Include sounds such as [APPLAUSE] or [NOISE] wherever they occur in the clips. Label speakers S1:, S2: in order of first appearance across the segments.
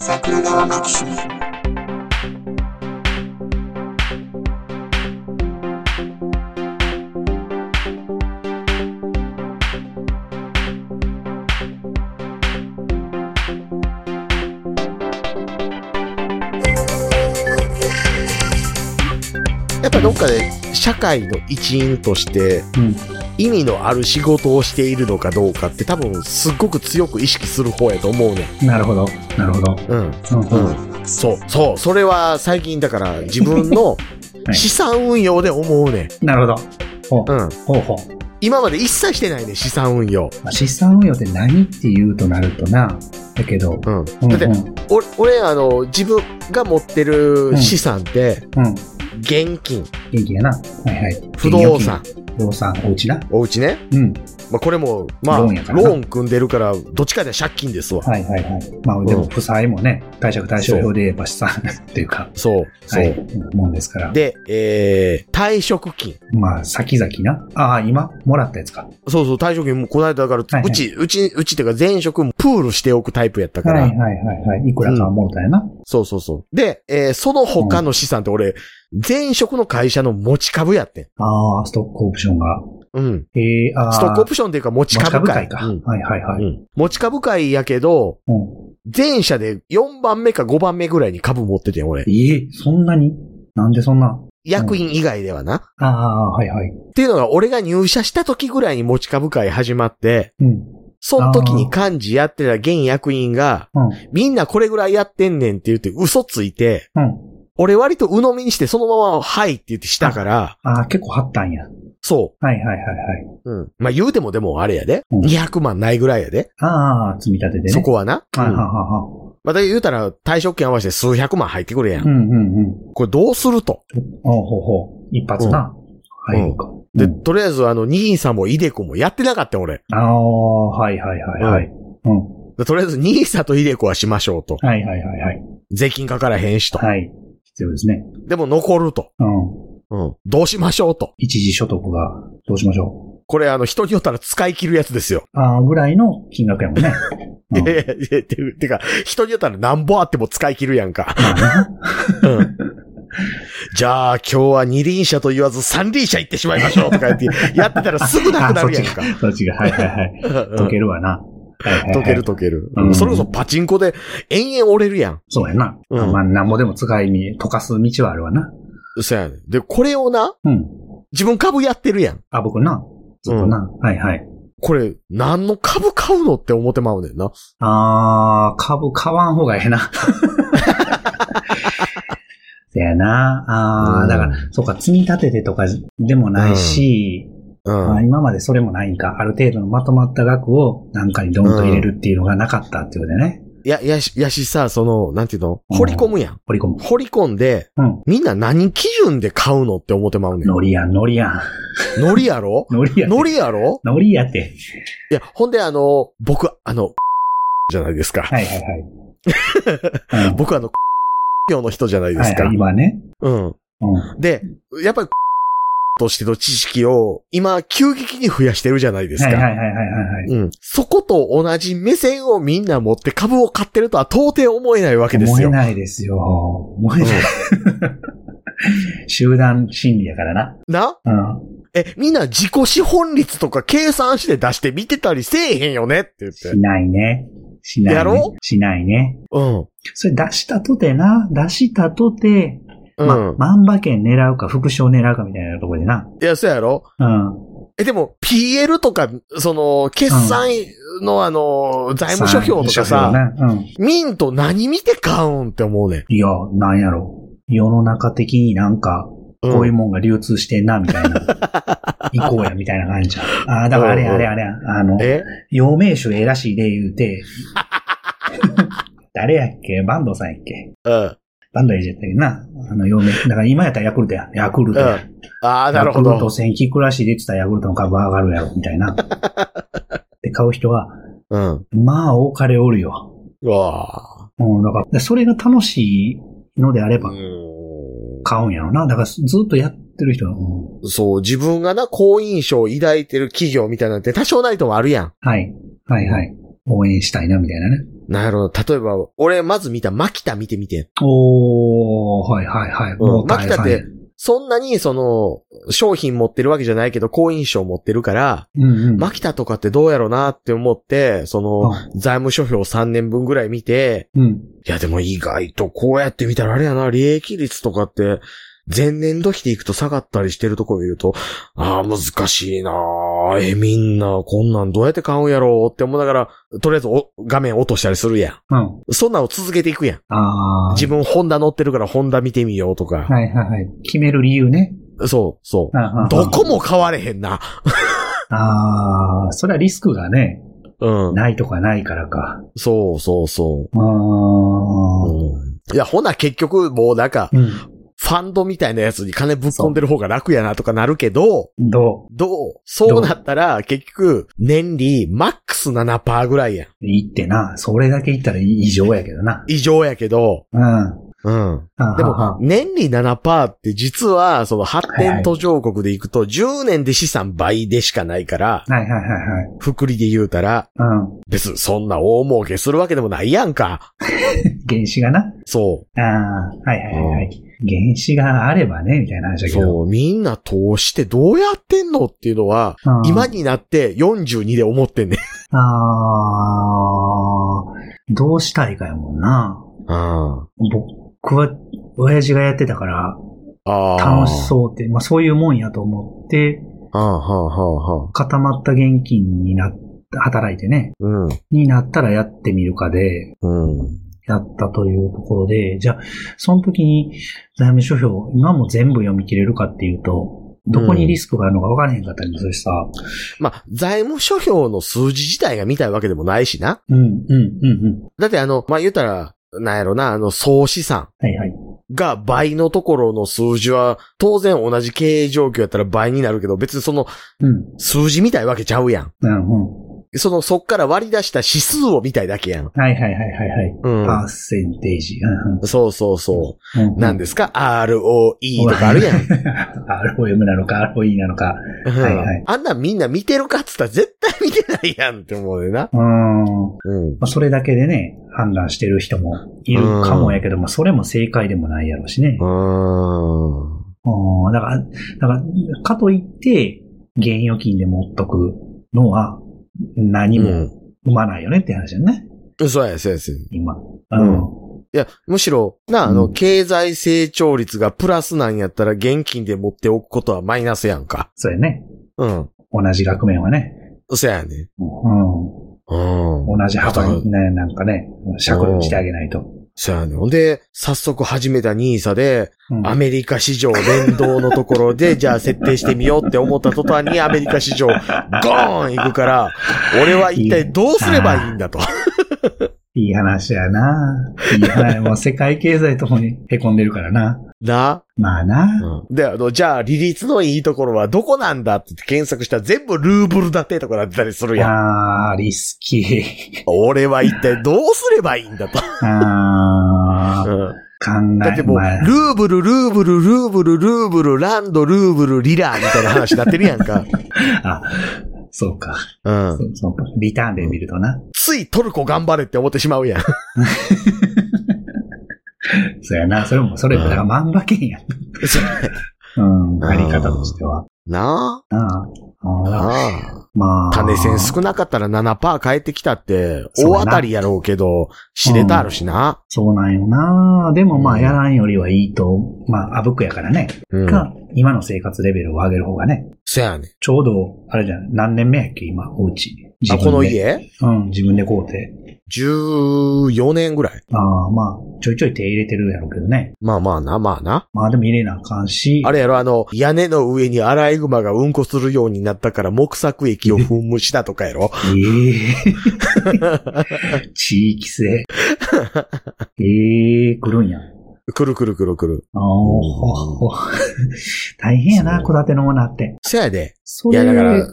S1: 桜川マキシム
S2: やっぱどっかで社会の一員として
S3: うん。
S2: 意味のある仕事をしているのかどうかって多分すっごく強く意識する方やと思うね
S3: なるほど。なるほど。
S2: うん。
S3: うん
S2: う。ん。そう、そう、それは最近だから自分の
S3: い
S2: 資産運用で思うねん。
S3: なるほど。ほう
S2: うん。
S3: ほうほう。
S2: 今まで一切してないね、資産運用。
S3: まあ資産運用って何って言うとなるとな。だけど。
S2: うん。だ
S3: うん
S2: って、俺、俺、あの、自分が持ってる資産って、
S3: うん。うん
S2: 現金、
S3: 元気やな。はいはい。
S2: 不動産、
S3: 不動産、お家な。
S2: お家ね。
S3: うん。
S2: まあ、これも、まあ、
S3: ロ
S2: ロ
S3: ーンやからな
S2: ーン組んでるから、どっちかで借金ですわ。
S3: はいはいはい。まあで
S2: う
S3: も、
S2: ん
S3: 負債もね、貸借対照表で言えば資産っていうか、
S2: そう、そ
S3: は
S2: う。
S3: い、もんですから。
S2: で、えー、退職金。
S3: まあ、先々な。ああ、今、もらったやつか。
S2: そうそう、退職金もこの間だから、
S3: いはいう
S2: ち、うち、うちっていうか前職もプールしておくタイプやったか
S3: はい
S2: ら、
S3: はいはいはい。いくらかはもろたやな。
S2: そうそうそう。で、えーその他の資産って俺、前職の会社の持ち株やってん。
S3: ああ、ストックオプションが。
S2: うん。
S3: ええああ。
S2: ストックオプションっていうか持ち
S3: 持ち
S2: 株
S3: 株会
S2: 会。
S3: か。
S2: うん
S3: はいはいは
S2: う
S3: い。
S2: ん持ち株会やけど、
S3: うん。
S2: 前者で4番目か5番目ぐらいに株持っててん、俺。
S3: ええそんなになんでそんな。
S2: 役員以外ではな。
S3: ああ、はいはい。
S2: っていうのが、俺が入社した時ぐらいに持ち株会始まって、
S3: うん。
S2: その時に幹事やってた現役員が、
S3: うん。
S2: みんなこれぐらいやってんねんって言って嘘ついて、
S3: うん。
S2: 俺割と鵜呑みにしてそのままはいって言ってしたから、
S3: ああ、結構張ったんや。はい
S2: そ
S3: はいはいはい。
S2: う。うん。まあ言うてもでもあれやで。
S3: うん
S2: 200万ないぐらいやで。
S3: ああ、積み立てでね。
S2: そこはな。
S3: は
S2: うん
S3: いはいは
S2: また言うたら退職金合わせて数百万入ってくるや。
S3: いはい。うんんうんうん。
S2: これどうすると。
S3: おうほうほう。一発な。入るか。
S2: で、
S3: うん
S2: とりあえずあの、兄さんもイデコもやってなかったよ俺。
S3: ああ、はいはいはいはい。うん。
S2: でとりあえず兄さんとイデコはしましょうと。
S3: はいはいはいはい。
S2: 税金かからへんしと。
S3: はい。必要ですね。
S2: でも残ると。
S3: うん。
S2: うん。どうしましょうと。
S3: 一時所得が、どうしましょ
S2: これあの、人によったら使い切るやつですよ。
S3: う。ああ、ぐらいの金額やもん [LAUGHS] ね。うん
S2: [LAUGHS] いやいやいや、ててか、人によったらなんぼあっても使い切るやんか。
S3: まあな
S2: うんじゃあ今日は二輪車と言わず三輪車行ってしまいましょうとか言って、やってたらすぐなくなるやんか。
S3: そっちが、はいはいはい。
S2: うん
S3: 溶けるわな。はいはいはい
S2: 溶ける。溶ける。
S3: うん
S2: それこそパチンコで延々折れるやん。
S3: そうやな。
S2: うん
S3: まあ、なんぼでも使いみ、溶かす道はあるわな。
S2: そやねんで、これをな、
S3: うん。
S2: 自分株やってるやん。
S3: あ、僕な。ずっとな。はいはい。
S2: これ、何の株買うのって思ってまうねんな。
S3: あー、株買わん方がええな。 [LAUGHS] せやな。あー、
S2: うん
S3: だから、そうか、積み立ててとかでもないし、
S2: うん。
S3: まあ、今までそれもないんか、ある程度のまとまった額をなんかにドンと入れるっていうのがなかったっていうことでね、
S2: や、やし、やしさ、その、なんていうの
S3: うん
S2: 掘り込むやん。
S3: 掘り込む。
S2: 掘り込んで、
S3: うん。
S2: みんな何基準で買うのって思ってまうね
S3: [LAUGHS]
S2: ん。
S3: ノリやん、ノリやん。
S2: ノリやろ
S3: ノリやん。
S2: ノリやろ
S3: ノリやって。
S2: いや、ほんであの、僕、あの、 [LAUGHS] じゃないですか。
S3: はいはい
S2: [LAUGHS]
S3: はい。うん
S2: 僕あの、 [LAUGHS] 業の人じゃないで
S3: は
S2: す
S3: い
S2: か。
S3: はい、今ね。
S2: うん。
S3: うん。
S2: で、やっぱり、 [LAUGHS] としての知識を今、急激に増やしてるじゃないです
S3: は
S2: か。
S3: いはいはいはいはいはい。
S2: うん。そこと同じ目線をみんな持って株を買ってるとは到底思えないわけです
S3: 燃え
S2: よ。
S3: ないですよ。燃えない。 [LAUGHS] 集団心理やからな。
S2: な
S3: うん。
S2: え、みんな自己資本率とか計算して出して見てたりせえへんよねって言って
S3: し。ないね。しない、ね。
S2: やろ
S3: しないね。
S2: うん。
S3: それ出したとてな。出したとて、
S2: うん。
S3: ま、万馬券狙うか、副賞狙うかみたいなところでな。
S2: いや、そうやろ
S3: うん。
S2: え、でも、PL とか、その、決算のあの、財務諸表とか
S3: あ
S2: さ、
S3: 財務諸表なうん。
S2: ミント何見て買うんって思うねん。
S3: いや、なんやろ。世の中的になんか、
S2: うん
S3: こういうもんが流通してんな、みたい
S2: [LAUGHS]
S3: な。行こうや、みたいな感じじゃん。ああ、だからあれやあれやあれや。あの、
S2: え
S3: 陽明酒ええらしいで言う
S2: [LAUGHS]
S3: て、誰やっけバンドさんやっけ
S2: うん。
S3: バンドエイジやったけどな。あの、陽明。だから今やったらヤクルトや。ヤクルト
S2: う
S3: や。
S2: ん。ああ、なるほ
S3: ヤク
S2: ど
S3: ルト。1000キクらしいで言ってたらヤクルトの株上がるやろ、みた
S2: [LAUGHS]
S3: いな。で、買う人は、
S2: うん。
S3: まあ、多かれおるよ。
S2: うわ
S3: うん、だから、でそれが楽しいのであれ
S2: ー
S3: ば
S2: う、ーん
S3: 買うんやろな。だから、ずっとやってる人は、うん
S2: そう、自分がな、好印象を抱いてる企業みたいなんて多少ないともあるやん。
S3: はい、はい、はい。応援したいな、みたいなね。
S2: なるほど。例えば、俺まず見た、マキタ見てみて。
S3: おー、はいはいはい。もう
S2: マキ
S3: 大
S2: タっ
S3: 変
S2: て。、そんなに、その、商品持ってるわけじゃないけど、好印象持ってるから、
S3: うんうん。
S2: マキタとかってどうやろうなって思って、その、
S3: あ
S2: 財務諸表3年分ぐらい見て、
S3: うん。
S2: いやでも意外とこうやって見たらあれやな、利益率とかって、前年度比でいくと下がったりしてるとこ見ると、ああ、難しいなあえ、みんな、こんなんどうやって買うんやろうって思いながら、とりあえずお画面落としたりするやん。
S3: うん。
S2: そんなんを続けていくやん。
S3: ああ。
S2: 自分ホンダ乗ってるからホンダ見てみようとか。
S3: はいはいはい。決める理由ね。
S2: そう、そ
S3: あーあ
S2: う。
S3: ー
S2: どこも買われへんな。
S3: ああ、それはリスクがね、
S2: うん。
S3: ないとかないからか。
S2: そうそうそ
S3: ああ。
S2: う。うん。いや、ほな結局もうなんか、
S3: うん。
S2: ファンドみたいなやつに金ぶっ込んでる方が楽やなとかなるけど、
S3: ど
S2: どうそうなったら、結局、年利、マックス7%ぐらいやん。
S3: ういいってな。それだけ言ったら異常やけどな。
S2: 異常やけど、
S3: うん。
S2: うん。
S3: あ
S2: で
S3: はは
S2: も、年利7%って実は、その発展途上国で行くと、10年で資産倍でしかないから、
S3: はいはいはい
S2: 福利で言うたら、
S3: はい。うん。
S2: 別にそんな大儲けするわけでもないやんか。
S3: 原子がな。
S2: そ
S3: ああ、はいはいはいはい。原子があればね、みたいな話だ
S2: う。
S3: けど。
S2: そう。みんな投資ってどうやってんのっていうのは、
S3: うん
S2: 今になって42で思ってんね。
S3: ああ、どうしたいかやもんな。
S2: あ
S3: 僕は、親父がやってたから、
S2: あ
S3: 楽し
S2: う。
S3: そうって、まあそういうもんやと思って、
S2: ああ、はあ、はあ、はあ。
S3: 固まった現金になっ働いてね、
S2: うん。
S3: になったらやってみるかで、
S2: うん。
S3: やったというところで、じゃあ、その時に財務諸表、今も全部読み切れるかっていうと、どこにリスクがあるのか分からへんかったりもするしさ。
S2: まあ、財務諸表の数字自体が見たいわけでもないしな。
S3: うん、うん、うん、うん。
S2: だってあの、まあ、言ったら、なんやろな、あの、総資産
S3: はいはい。
S2: が倍のところの数字は、当然同じ経営状況やったら倍になるけど、別にその
S3: うん、
S2: 数字見たいわけちゃうやん。
S3: うん、
S2: その、そっから割り出した指数を見たいだけやん。
S3: うん。はいはいはいはいはい。
S2: うん。
S3: パーセンテージ。うん
S2: そうそうそ
S3: うん、
S2: う。なん
S3: で
S2: ですか ?ROE とかあ
S3: [LAUGHS]
S2: るやん。
S3: ?ROM なのか ROE なのか。
S2: うん
S3: はいはい
S2: あんなんみんな見てるかっつったら絶対見てないやんって思うよな。
S3: うーん。
S2: うん。
S3: まあ、それだけでね、判断してる人もいるかもやけども、それも正解でもないやろうしね。
S2: うん。
S3: うん、だから、だから、かといって、現預金で持っとくのは、何も生まないよねって話だよね、
S2: うん。そうや、そうや、そうや。
S3: 今。うん。
S2: いや、むしろ、な、あの、
S3: うん
S2: 経済成長率がプラスなんやったら現金で持っておくことはマイナスやんか。
S3: そうやね。
S2: うん。
S3: 同じ額面はね。
S2: そやね。
S3: うん。
S2: うん。
S3: 同じ幅にね、なんかね、尺にしてあげないと。
S2: そやね。ほんで、早速始めたニーサで、
S3: うん
S2: アメリカ市場連動のところ [LAUGHS] で、じゃあ設定してみようって思った途端にアメリカ市場、ゴーン行くから、俺は一体どうすればいいんだと。
S3: いい話やな。いい [LAUGHS] 話。もう世界経済ともに凹んでるからな。
S2: な。
S3: まあな。
S2: うんで、あの、じゃあ、利率のいいところはどこなんだって検索したら全部ルーブル建てとかなってたりするやん。
S3: あー、リスキー。
S2: 俺は一体どうすればいいんだと。
S3: あー、考え、
S2: だってもう、ル
S3: まあ
S2: ーブル、ルーブル、ルーブル、ルーブル、ランド、ルーブル、リラーみたいな話になってるやんか。
S3: あ、そうか。
S2: うん。
S3: そうそうかリターンで見るとな。
S2: ついトルコ頑張れって思ってしまうやん。
S3: そうやな。それも、それも、
S2: うん
S3: だから万馬券やん。うん、あり方としては。
S2: な
S3: [LAUGHS] なあ。
S2: あ。
S3: あー
S2: なあ。
S3: まあ。
S2: 種銭少なかったら7%返ってきたって、
S3: そうや
S2: 大
S3: な
S2: 当たりやろうけど、知れたあるしな。
S3: そうなんよな。でも
S2: う
S3: まあ、
S2: ん
S3: やらんよりはいいと、まあ、あぶくやからね。
S2: うん。
S3: が、今の生活レベルを上げる方がね。
S2: そやね。
S3: ちょうど、あれじゃない、何年目やっけ、今、お家。自
S2: あ、
S3: 分で
S2: この家
S3: うん、自分で買うて。
S2: ?14 年ぐらい。
S3: ああ、まあ、ちょいちょい手入れてるやろうけどね。
S2: まあまあな、まあな。
S3: まあでも入れなあかんし。
S2: あれやろ、あの、屋根の上にアライグマがうんこするようになったから木作液を噴霧したとかやろ
S3: ええ [LAUGHS] 地域性。ええ来るんや。
S2: くるくるくるくる。
S3: ああ、 [LAUGHS] 大変やな、
S2: そう
S3: 戸建てのものあって。
S2: そやで。
S3: そ
S2: いやだからだ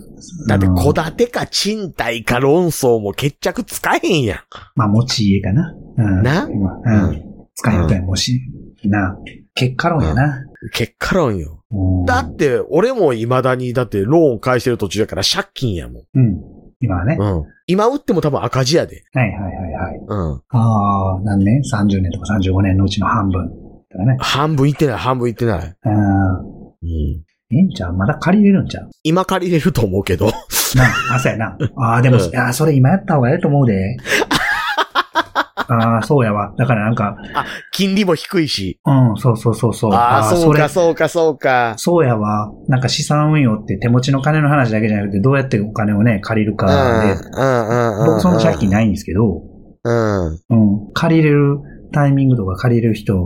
S3: だ
S2: って戸建てか賃貸か論争も決着つかへんやん。
S3: まあ、持ち家かな。うん。
S2: な
S3: 今
S2: う
S3: うん。使えたやもし、な。結果論やな。
S2: 結果論よ。
S3: うん
S2: だって、俺も未だに、だってローン返してる途中だから借金やもん。
S3: うん。今はね。
S2: うん。今売っても多分赤字やで。
S3: はいはいはいはい。
S2: うん。
S3: ああ、何年 ?30 年とか35年のうちの半分。だからね。
S2: 半分いってない、半分いってない。
S3: うん。
S2: うん。
S3: ええんちゃうまだ借りれるんちゃう
S2: 今借りれると思うけど。 [LAUGHS]
S3: なあ、そうやな。ああ、でも、
S2: うん
S3: いや、それ今やった方がええと思うで。ああ、そうやわ。だからなんか、
S2: 金利も低いし。
S3: うん、そうそうそうそう。
S2: ああ、そう
S3: れ
S2: か、そうか、そうか。
S3: そうやわ。なんか資産運用って手持ちの金の話だけじゃなくて、どうやってお金をね、借りる
S2: うん、
S3: かで、
S2: うん、うん。
S3: 僕その借金
S2: い。
S3: ないんですけど、
S2: うん。
S3: うん、借りれるタイミングとか借りれる人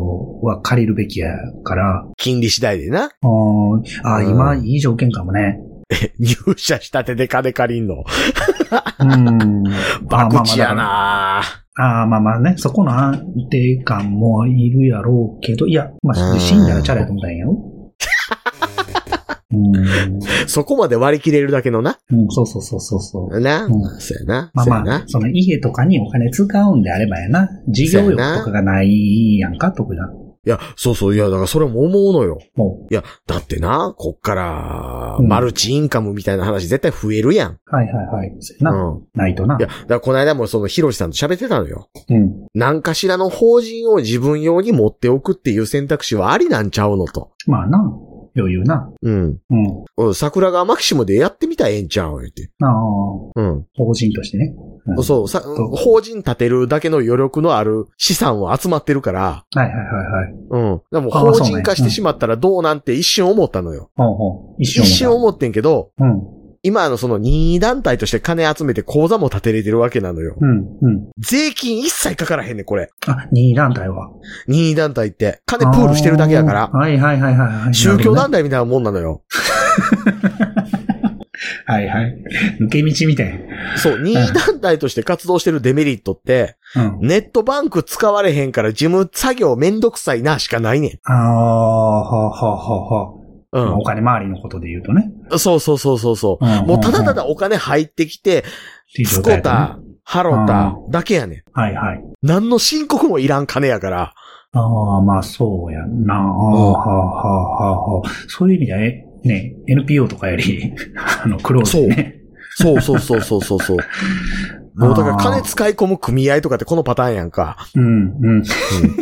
S3: は借りるべきやから、
S2: 金利次第でな。 [LAUGHS]
S3: うん、あ、
S2: うん
S3: 今いい条件かもね。
S2: 入社したてで金借りんの。 [LAUGHS]
S3: うん。
S2: バクチや
S3: まあまあまあ。だから
S2: な
S3: ああ、まあまあね、そこの安定感もいるやろうけど、いや、ま
S2: う
S3: あ、
S2: ん
S3: 死んだらチャラやと思ったんやろ。うん [LAUGHS]
S2: そこまで割り切れるだけのな。
S3: うん、そうそうそうそうそう。
S2: な。
S3: うん
S2: そうやな。
S3: まあ
S2: そう
S3: ま
S2: や
S3: あ
S2: な、。
S3: その家とかにお金使うんであればやな。事業欲とかがないやんか、特段。
S2: いや、そうそう。いや、だからそれも思うのよ。
S3: も
S2: いや、だってな、こっから、
S3: うん
S2: マルチインカムみたいな話絶対増えるやん。
S3: う。はいはいはい。そう
S2: う
S3: やな、
S2: ん。
S3: ないとな。
S2: いや、だからこの間もそのヒロシさんと喋ってたのよ。
S3: うん。
S2: 何かしらの法人を自分用に持っておくっていう選択肢はありなんちゃうのと。
S3: まあな、余裕な。
S2: うん。
S3: うん。
S2: うん桜川マキシムでやってみたらええんちゃう言って。
S3: なあ、
S2: うん。
S3: 法人としてね。うん
S2: そう、さ、法人立てるだけの余力のある資産は集まってるから、
S3: はいはいはいはい。
S2: うん。でも
S3: あまあ
S2: 法人化
S3: そうねう
S2: し
S3: ん
S2: てしまったらどうなんて一瞬思ったのよ。
S3: ほうほう。一
S2: 一瞬
S3: 瞬思っ
S2: 思ってんけど、
S3: た。
S2: 今あのその任意団体として金集めて口座も立てれてるわけなのよ。
S3: うん。うん。うん。
S2: 税金一切かからへんねん、これ。
S3: あ、任意団体は。
S2: 任意団体って。金プールしてるだけやか
S3: あ
S2: ら
S3: ー。はいはいはいはいはい。
S2: 宗教
S3: な
S2: 団
S3: る
S2: 体みたいなもんなのよ。
S3: ほどねはいはい。抜け道みたい。
S2: そう、任意団体として活動してるデメリットって、
S3: うん。
S2: ネットバンク使われへんから事務作業めんどくさいなしかないねん。
S3: ああ、はあはあは
S2: う
S3: あはあ。
S2: ん
S3: お。金回りのことで言うとね。
S2: そうそうそうそうそう。
S3: ん
S2: もうただただお金入ってきて、
S3: っていう
S2: ス
S3: 状
S2: コ
S3: 態だね
S2: タ、ハロタだけやねん。
S3: はいはい。
S2: 何の申告もいらん金やから。
S3: ああ、まあそうやんな。ああ、はあ、はあ、はあ、はあ。そういう意味では、え、ね、NPO とかより、 [LAUGHS] あの、苦労ですね。
S2: そうそうそうそうそうそう。もうだから金
S3: あー
S2: 使い込む組合とかってこのパターンやんか。
S3: うん、うん。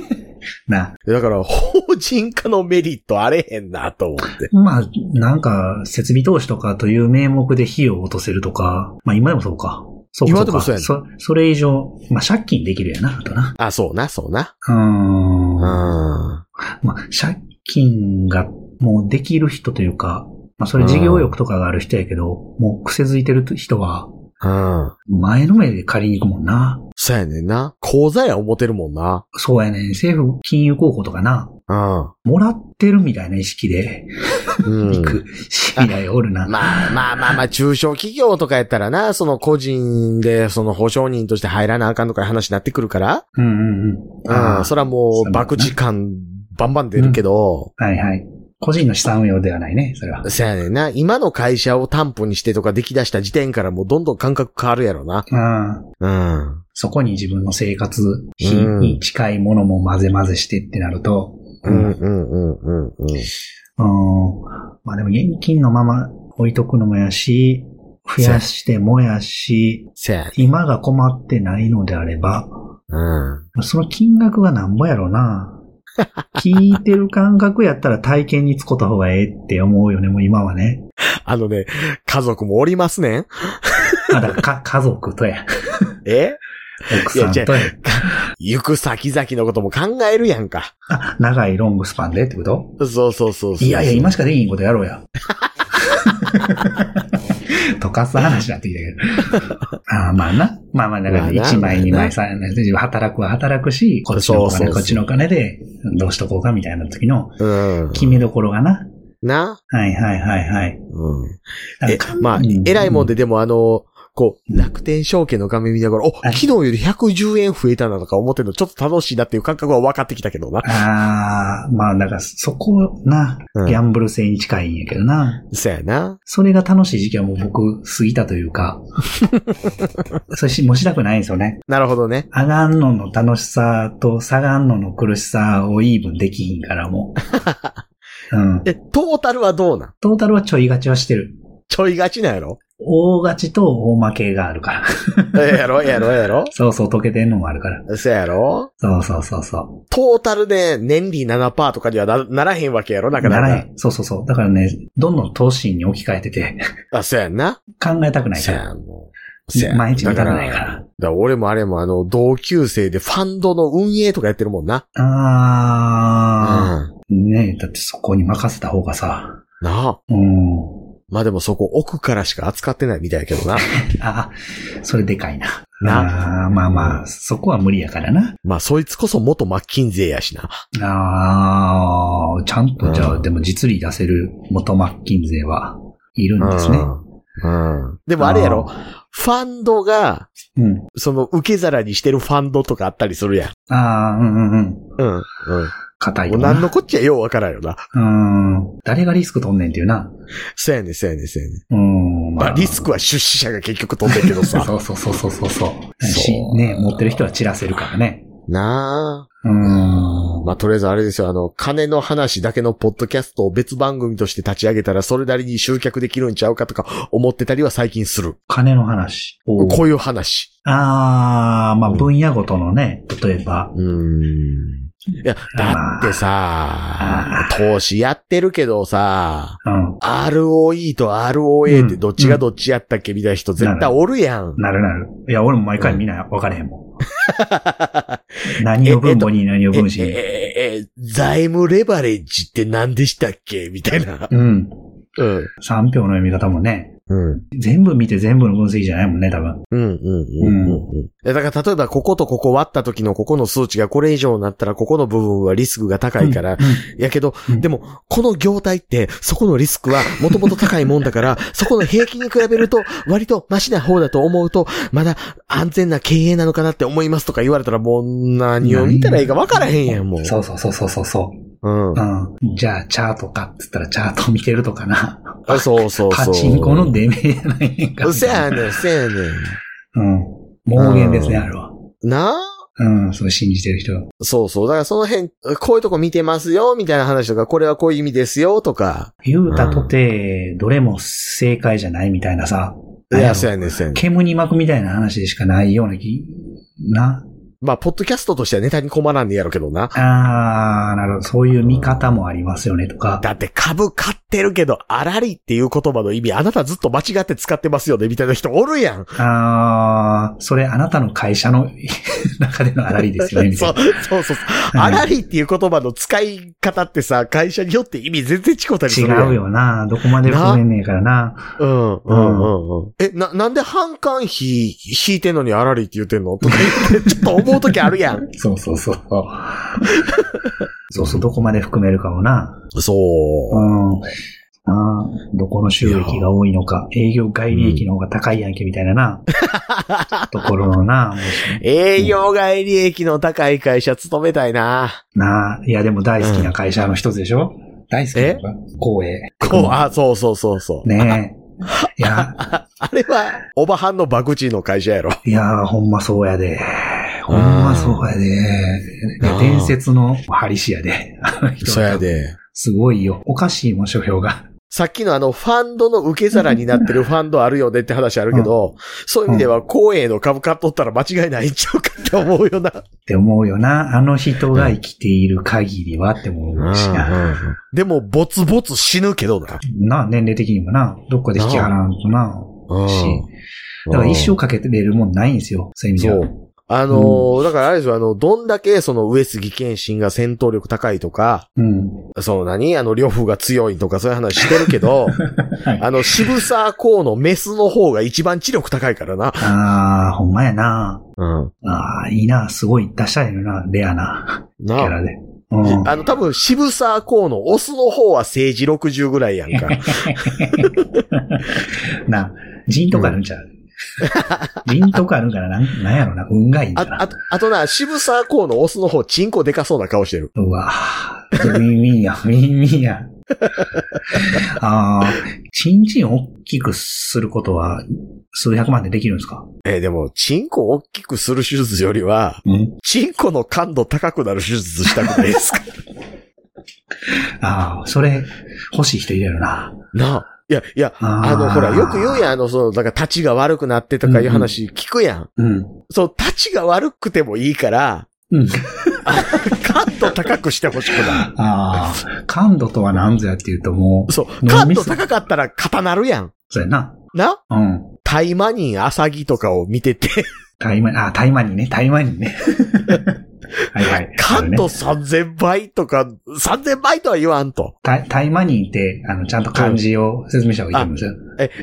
S3: [LAUGHS] な。
S2: だから法人化のメリットあれへんなと思って。
S3: まあ、なんか、設備投資とかという名目で費用を落とせるとか、まあ今でもそうか。そうか
S2: 今でもそうやね
S3: そそれ以上、まあ借金できるやな、あとな。
S2: あ、そうな、そうな。
S3: うーん。
S2: うん。
S3: まあ、借金がもうできる人というか、まあそれ事業欲とかがある人やけど、もう癖づいてる人は、
S2: うん。
S3: 前のめりで借りに行くもんな。
S2: そうやねんな。口座や思ってるもんな。
S3: そうやね。政府金融候補とかな、もらってるみたいな意識で
S2: うん。
S3: 行く知り合いおるな。
S2: まあまあまあまあ、中小企業とかやったらな、その個人で、その保証人として入らなあかんとかいう話になってくるから、
S3: うんうんうん。
S2: うん、それはも、
S3: そううだな
S2: 爆時間バンバン出るけど、
S3: はいはい。個人の資産運用ではないね、それは。
S2: そやねんな、今の会社を担保にしてとかでき出した時点からもうどんどん感覚変わるやろな。
S3: うん。
S2: うん。
S3: そこに自分の生活
S2: うん
S3: 費に近いものも混ぜ混ぜしてってなると、
S2: うん、うん、うん、うん、うん。
S3: うん。まあでも現金のまま置いとくのもやし、増やしてもやし、
S2: そやね
S3: 今が困ってないのであれば、
S2: うん。
S3: その金額がなんぼやろ
S2: [LAUGHS]
S3: な。聞いてる感覚やったら体験に使った方がええって思うよね、もう今はね。
S2: あのね、家族もおりますねん。
S3: あ、だからか、家族とや、
S2: え
S3: 奥さんとや。
S2: 行く先々のことも考えるやんか。
S3: あ、長いロングスパンでってこと
S2: そうそうそうそう
S3: いやいや、今しかできんことや
S2: [LAUGHS]
S3: ろうや。とかす話になってき
S2: [LAUGHS]
S3: たけど。ああ、まあな。まあまあ、だ
S2: ま
S3: から
S2: あな
S3: 1枚2
S2: まあな
S3: 枚3枚、働くは働くし、こっちのお
S2: そうそうそ
S3: 金、
S2: う
S3: こっちのお金で、どうしとこうかみたいな時の
S2: うん。
S3: 決めどころがな。
S2: な。
S3: はいはいはいはい。
S2: うん。
S3: なん
S2: え
S3: か、
S2: まあ、偉いもんで、
S3: う
S2: でもあの、こ
S3: う
S2: う、
S3: ん
S2: 楽天証券の画面見ながら、お、
S3: はい
S2: 昨日より110円増えたなとか思ってるの、ちょっと楽しいなっていう感覚は分かってきたけどな。
S3: ああ、まあ、だから、そこな、
S2: うん
S3: ギャンブル性に近いんやけどな。
S2: そやな。
S3: それが楽しい時期はもう僕、過ぎたとい
S2: [LAUGHS]
S3: うか。それし、もうしたくないんですよね。
S2: なるほどね。
S3: 上がんのの楽しさと下がんのの苦しさをイーブンできひんからもう。うん。
S2: え、トータルはどうなん
S3: トータルはちょい勝ちはしてる。
S2: ちょいがちなんやろ
S3: 大勝ちと大負けがあるから。 [LAUGHS]
S2: ええやろ、ええやろ、ええやろ。
S3: そうそう、溶けてんのもあるから。
S2: そうやろ
S3: そうそうそうそ
S2: トータルで年利7%とかにはなならへんわけやろな
S3: う。
S2: かな
S3: な
S2: から
S3: へん。そうそうそう。だからね、どんどん投資に置き換えてて、
S2: あ、そうやんな。
S3: 考えたくない
S2: そ
S3: か
S2: う
S3: ら。
S2: やん、もう。そうやん
S3: 毎日見たくないか
S2: だ
S3: ら
S2: だから俺もあれもあの、同級生でファンドの運営とかやってるもんな。うん。
S3: あ
S2: な
S3: ー、ねえだってそこに任せた方がさ、
S2: あ。
S3: うん。
S2: まあでもそこ奥からしか扱ってないみたいやけど
S3: [LAUGHS]
S2: な。
S3: あ、それでかいな。
S2: な
S3: あーまあまあ、そこは無理やからな。
S2: まあそいつこそ元マッキンゼーやしな。
S3: ああ、ちゃんとじゃあ、
S2: うん
S3: でも実利出せる元マッキンゼはいるんですね。
S2: うん。うん。でもあれやろ、ファンドが、
S3: うん。
S2: その受け皿にしてるファンドとかあったりするやん。
S3: ああ、うんうんうん。
S2: うん。うん。
S3: 硬い
S2: も
S3: よ
S2: う
S3: な。
S2: 何のこっちゃようわからんよな。
S3: うん。誰がリスク取んねんっていうな。
S2: そうやねん、そうやねん、そうやねん。
S3: うん。
S2: まあリスクは出資者が結局取ってんけどさ。
S3: そうそうそうそうそうそう。し
S2: そ、う
S3: ね、持ってる人は散らせるからね。
S2: [LAUGHS] なあ。
S3: うん。
S2: まあ、とりあえずあれですよ、あの、金の話だけのポッドキャストを別番組として立ち上げたら、それなりに集客できるんちゃうかとか思ってたりは最近する。
S3: 金の話。おう
S2: こういう話。
S3: ああ、まあ
S2: うん
S3: 分野ごとのね、例えば。
S2: うーん。いや、だってさ
S3: あ、
S2: 投資やってるけどさ、
S3: うん。
S2: ROE と ROA ってどっちがどっちやったっけみたいな人絶対おるやん。
S3: なるなる。いや、俺も毎回みんな分かれへんも
S2: [LAUGHS]
S3: ん。何を分母に何を
S2: え、え
S3: 分子に。、
S2: え、え、財務レバレッジって何でしたっけみたいな。
S3: うん。
S2: うん。
S3: 三票の読み方もね。
S2: うん。
S3: 全部見て全部の分析じゃないもんね、多分。
S2: うんうんうんうんうん。えだから例えばこことここ割った時のここの数値がこれ以上になったらここの部分はリスクが高いから、
S3: うん。
S2: やけど、
S3: うん
S2: でも、この業態って、そこのリスクはもともと高いもんだ
S3: [LAUGHS]
S2: から、そこの平均に比べると、割とマシな方だと思うと、まだ安全な経営なのかなって思いますとか言われたら、もう何を見たらいいか分からへんやん、もう。
S3: そうそうそうそうそうそうう。
S2: ん。
S3: うん。じゃあ、チャートかって言ったらチャート見てるとかな。
S2: あそうそうそう。
S3: パチンコの出目じゃないやんか。
S2: せやねん、せやね
S3: うん。盲言ですね、あれは。
S2: ん。なあ
S3: うん、そう信じてる人は。
S2: そうそう。だからその辺、こういうとこ見てますよ、みたいな話とか、これはこういう意味ですよ、とか。
S3: 言うたとて、どれも正解じゃないみたいなさ。
S2: い
S3: なんや
S2: や、
S3: ろ
S2: そうやねん、そうやねん。
S3: 煙に巻くみたいな話でしかないような気、な。
S2: まあ、ポッドキャストとしてはネタに困らんでやろうけどな。
S3: あー、なるほど。そういう見方もありますよね、とか。
S2: だって株買ってるけど、あらりっていう言葉の意味、あなたずっと間違って使ってますよね、みたいな人おるやん。
S3: あー、それあなたの会社の [LAUGHS] 中でのあらりですよね、みた
S2: そ、
S3: いう
S2: そうそうそう。
S3: な。
S2: あらりっていう言葉の使い方ってさ、会社によって意味全然違うたりす
S3: 違
S2: るやん。
S3: う。よな。どこまで含めんねえからな。
S2: うん、うん、うん、うん。え、な、なんで反感費引いてんのにあらりって言ってんのとか言って、ちょっと思うときあるやん。
S3: そうそうそう。 [LAUGHS] そうそう、どこまで含めるかもな。
S2: [LAUGHS] そう
S3: う。ん。あーどこの収益が多いのか、営業外利益の方が高いやんけ、みたいな [LAUGHS] な。ところのな。もし
S2: 営業外利益の高い会社勤めたいな。
S3: なあ、いやでも大好きな会社の一つでしょ、大好きなのか光栄。
S2: こう、あ、そうそうそうそう。
S3: ねえ。いや、
S2: あれは、おばはんのバクチーの会社やろ。
S3: いや、ほんまそうやで。ほんまそうやで。
S2: うん
S3: 伝説のハリシやで。あの人は。
S2: で。
S3: すごいよ。おかしいもん、書評が。
S2: さっきのあの、ファンドの受け皿になってるファンドあるよねって話あるけど、そういう意味では、光栄の株買っとったら間違いないんちゃうかって思うよな。
S3: って思うよな。あの人が生きている限りはって思うしな。
S2: でも、ぼつぼつ死ぬけどな。
S3: なあ、年齢的にもな。どっかで引き払わんとな。し。だから一生かけてるもんないんですよ。そういう意味では。
S2: そうあのーだからあれですよ、あの、どんだけその上杉謙信が戦闘力高いとか、
S3: うん。
S2: そう、何あの、両夫が強いとかそういう話してるけど、
S3: は
S2: [LAUGHS]
S3: い
S2: あの、渋沢公のメスの方が一番知力高いからな。
S3: ああ、ほんまやな。
S2: うん。
S3: ああ、いいな、すごい出したいよな、レアな、キャ
S2: な
S3: ラで。うん。
S2: あ。あの、多分、渋沢公のオスの方は政治60ぐらいや [LAUGHS] んか。
S3: な、人とかあるんちゃう、人とかあるから、なん、なんやろな、運がいいん
S2: あ、
S3: だな。
S2: あと、あとな、渋沢公のオスの方、チンコでかそうな顔してる。
S3: うわぁ、ミンミンや、ミンミンや。ああ、チンチン大きくすることは、数百万でできるんですか
S2: えーでも、チンコ大きくする手術よりは、
S3: うん。
S2: チンコの感度高くなる手術したく [LAUGHS] ないですか
S3: ああ、それ、欲しい人いるよな。
S2: なあいや、いや、
S3: あ
S2: あの、ほら、よく言う
S3: や
S2: やん、あの、そう、だから、立ちが悪くなってとかいう話聞くやん。
S3: うん。
S2: そう、立ちが悪くてもいいから、
S3: うん。
S2: 感度高くしてほしくない。
S3: ああ、感度とは何ぞやっていうともう、
S2: そう、
S3: 脳
S2: 感
S3: み
S2: 度
S3: そ
S2: 高かったら固なるやん。
S3: そうやな。
S2: な
S3: うん。
S2: タイマニン、アサギとかを見て
S3: [LAUGHS]
S2: て、
S3: 対マあ、対マにね、対マ
S2: [LAUGHS]
S3: にね。はいはい。
S2: 感度3000倍とか、3000倍とは言わんと。
S3: 対、対マニーって、あの、ちゃんと漢字を説明した方がいいと思うんですよ。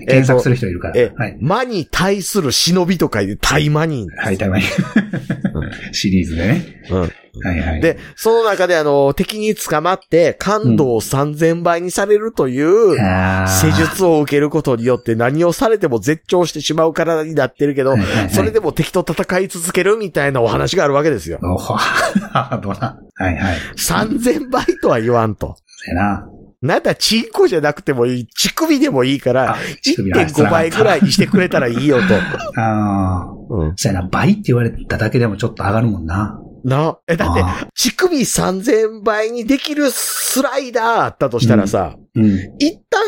S2: え、
S3: 検索す
S2: る。
S3: る人いるから。
S2: え
S3: はい。
S2: 魔に対する忍びとかいうタイマニン。
S3: はい、対マニー。 [LAUGHS] シリーズでね。
S2: うん。
S3: はいはい。
S2: で、その中であの、敵に捕まって、感度を3000倍にされるという、
S3: あー、
S2: 施術を受けることによって何をされても絶頂してしまう体になってるけど
S3: はい、はいはい
S2: それでも敵と戦い続けるみたいなお話があるわけですよ。
S3: おほハードな。はいはい。
S2: 3000倍とは言わんと。
S3: そうやな。
S2: なんだ、チンコじゃなくてもいい、乳首でもいいから、1.5倍ぐら
S3: い。
S2: いにしてくれたらいいよと。
S3: ああ。
S2: [LAUGHS] うん、
S3: そうやな、倍って言われただけでもちょっと上がるもんな。
S2: な、え、だって、
S3: ああ
S2: 乳首3000倍にできるスライダーあったとしたらさ、
S3: うん。
S2: 一旦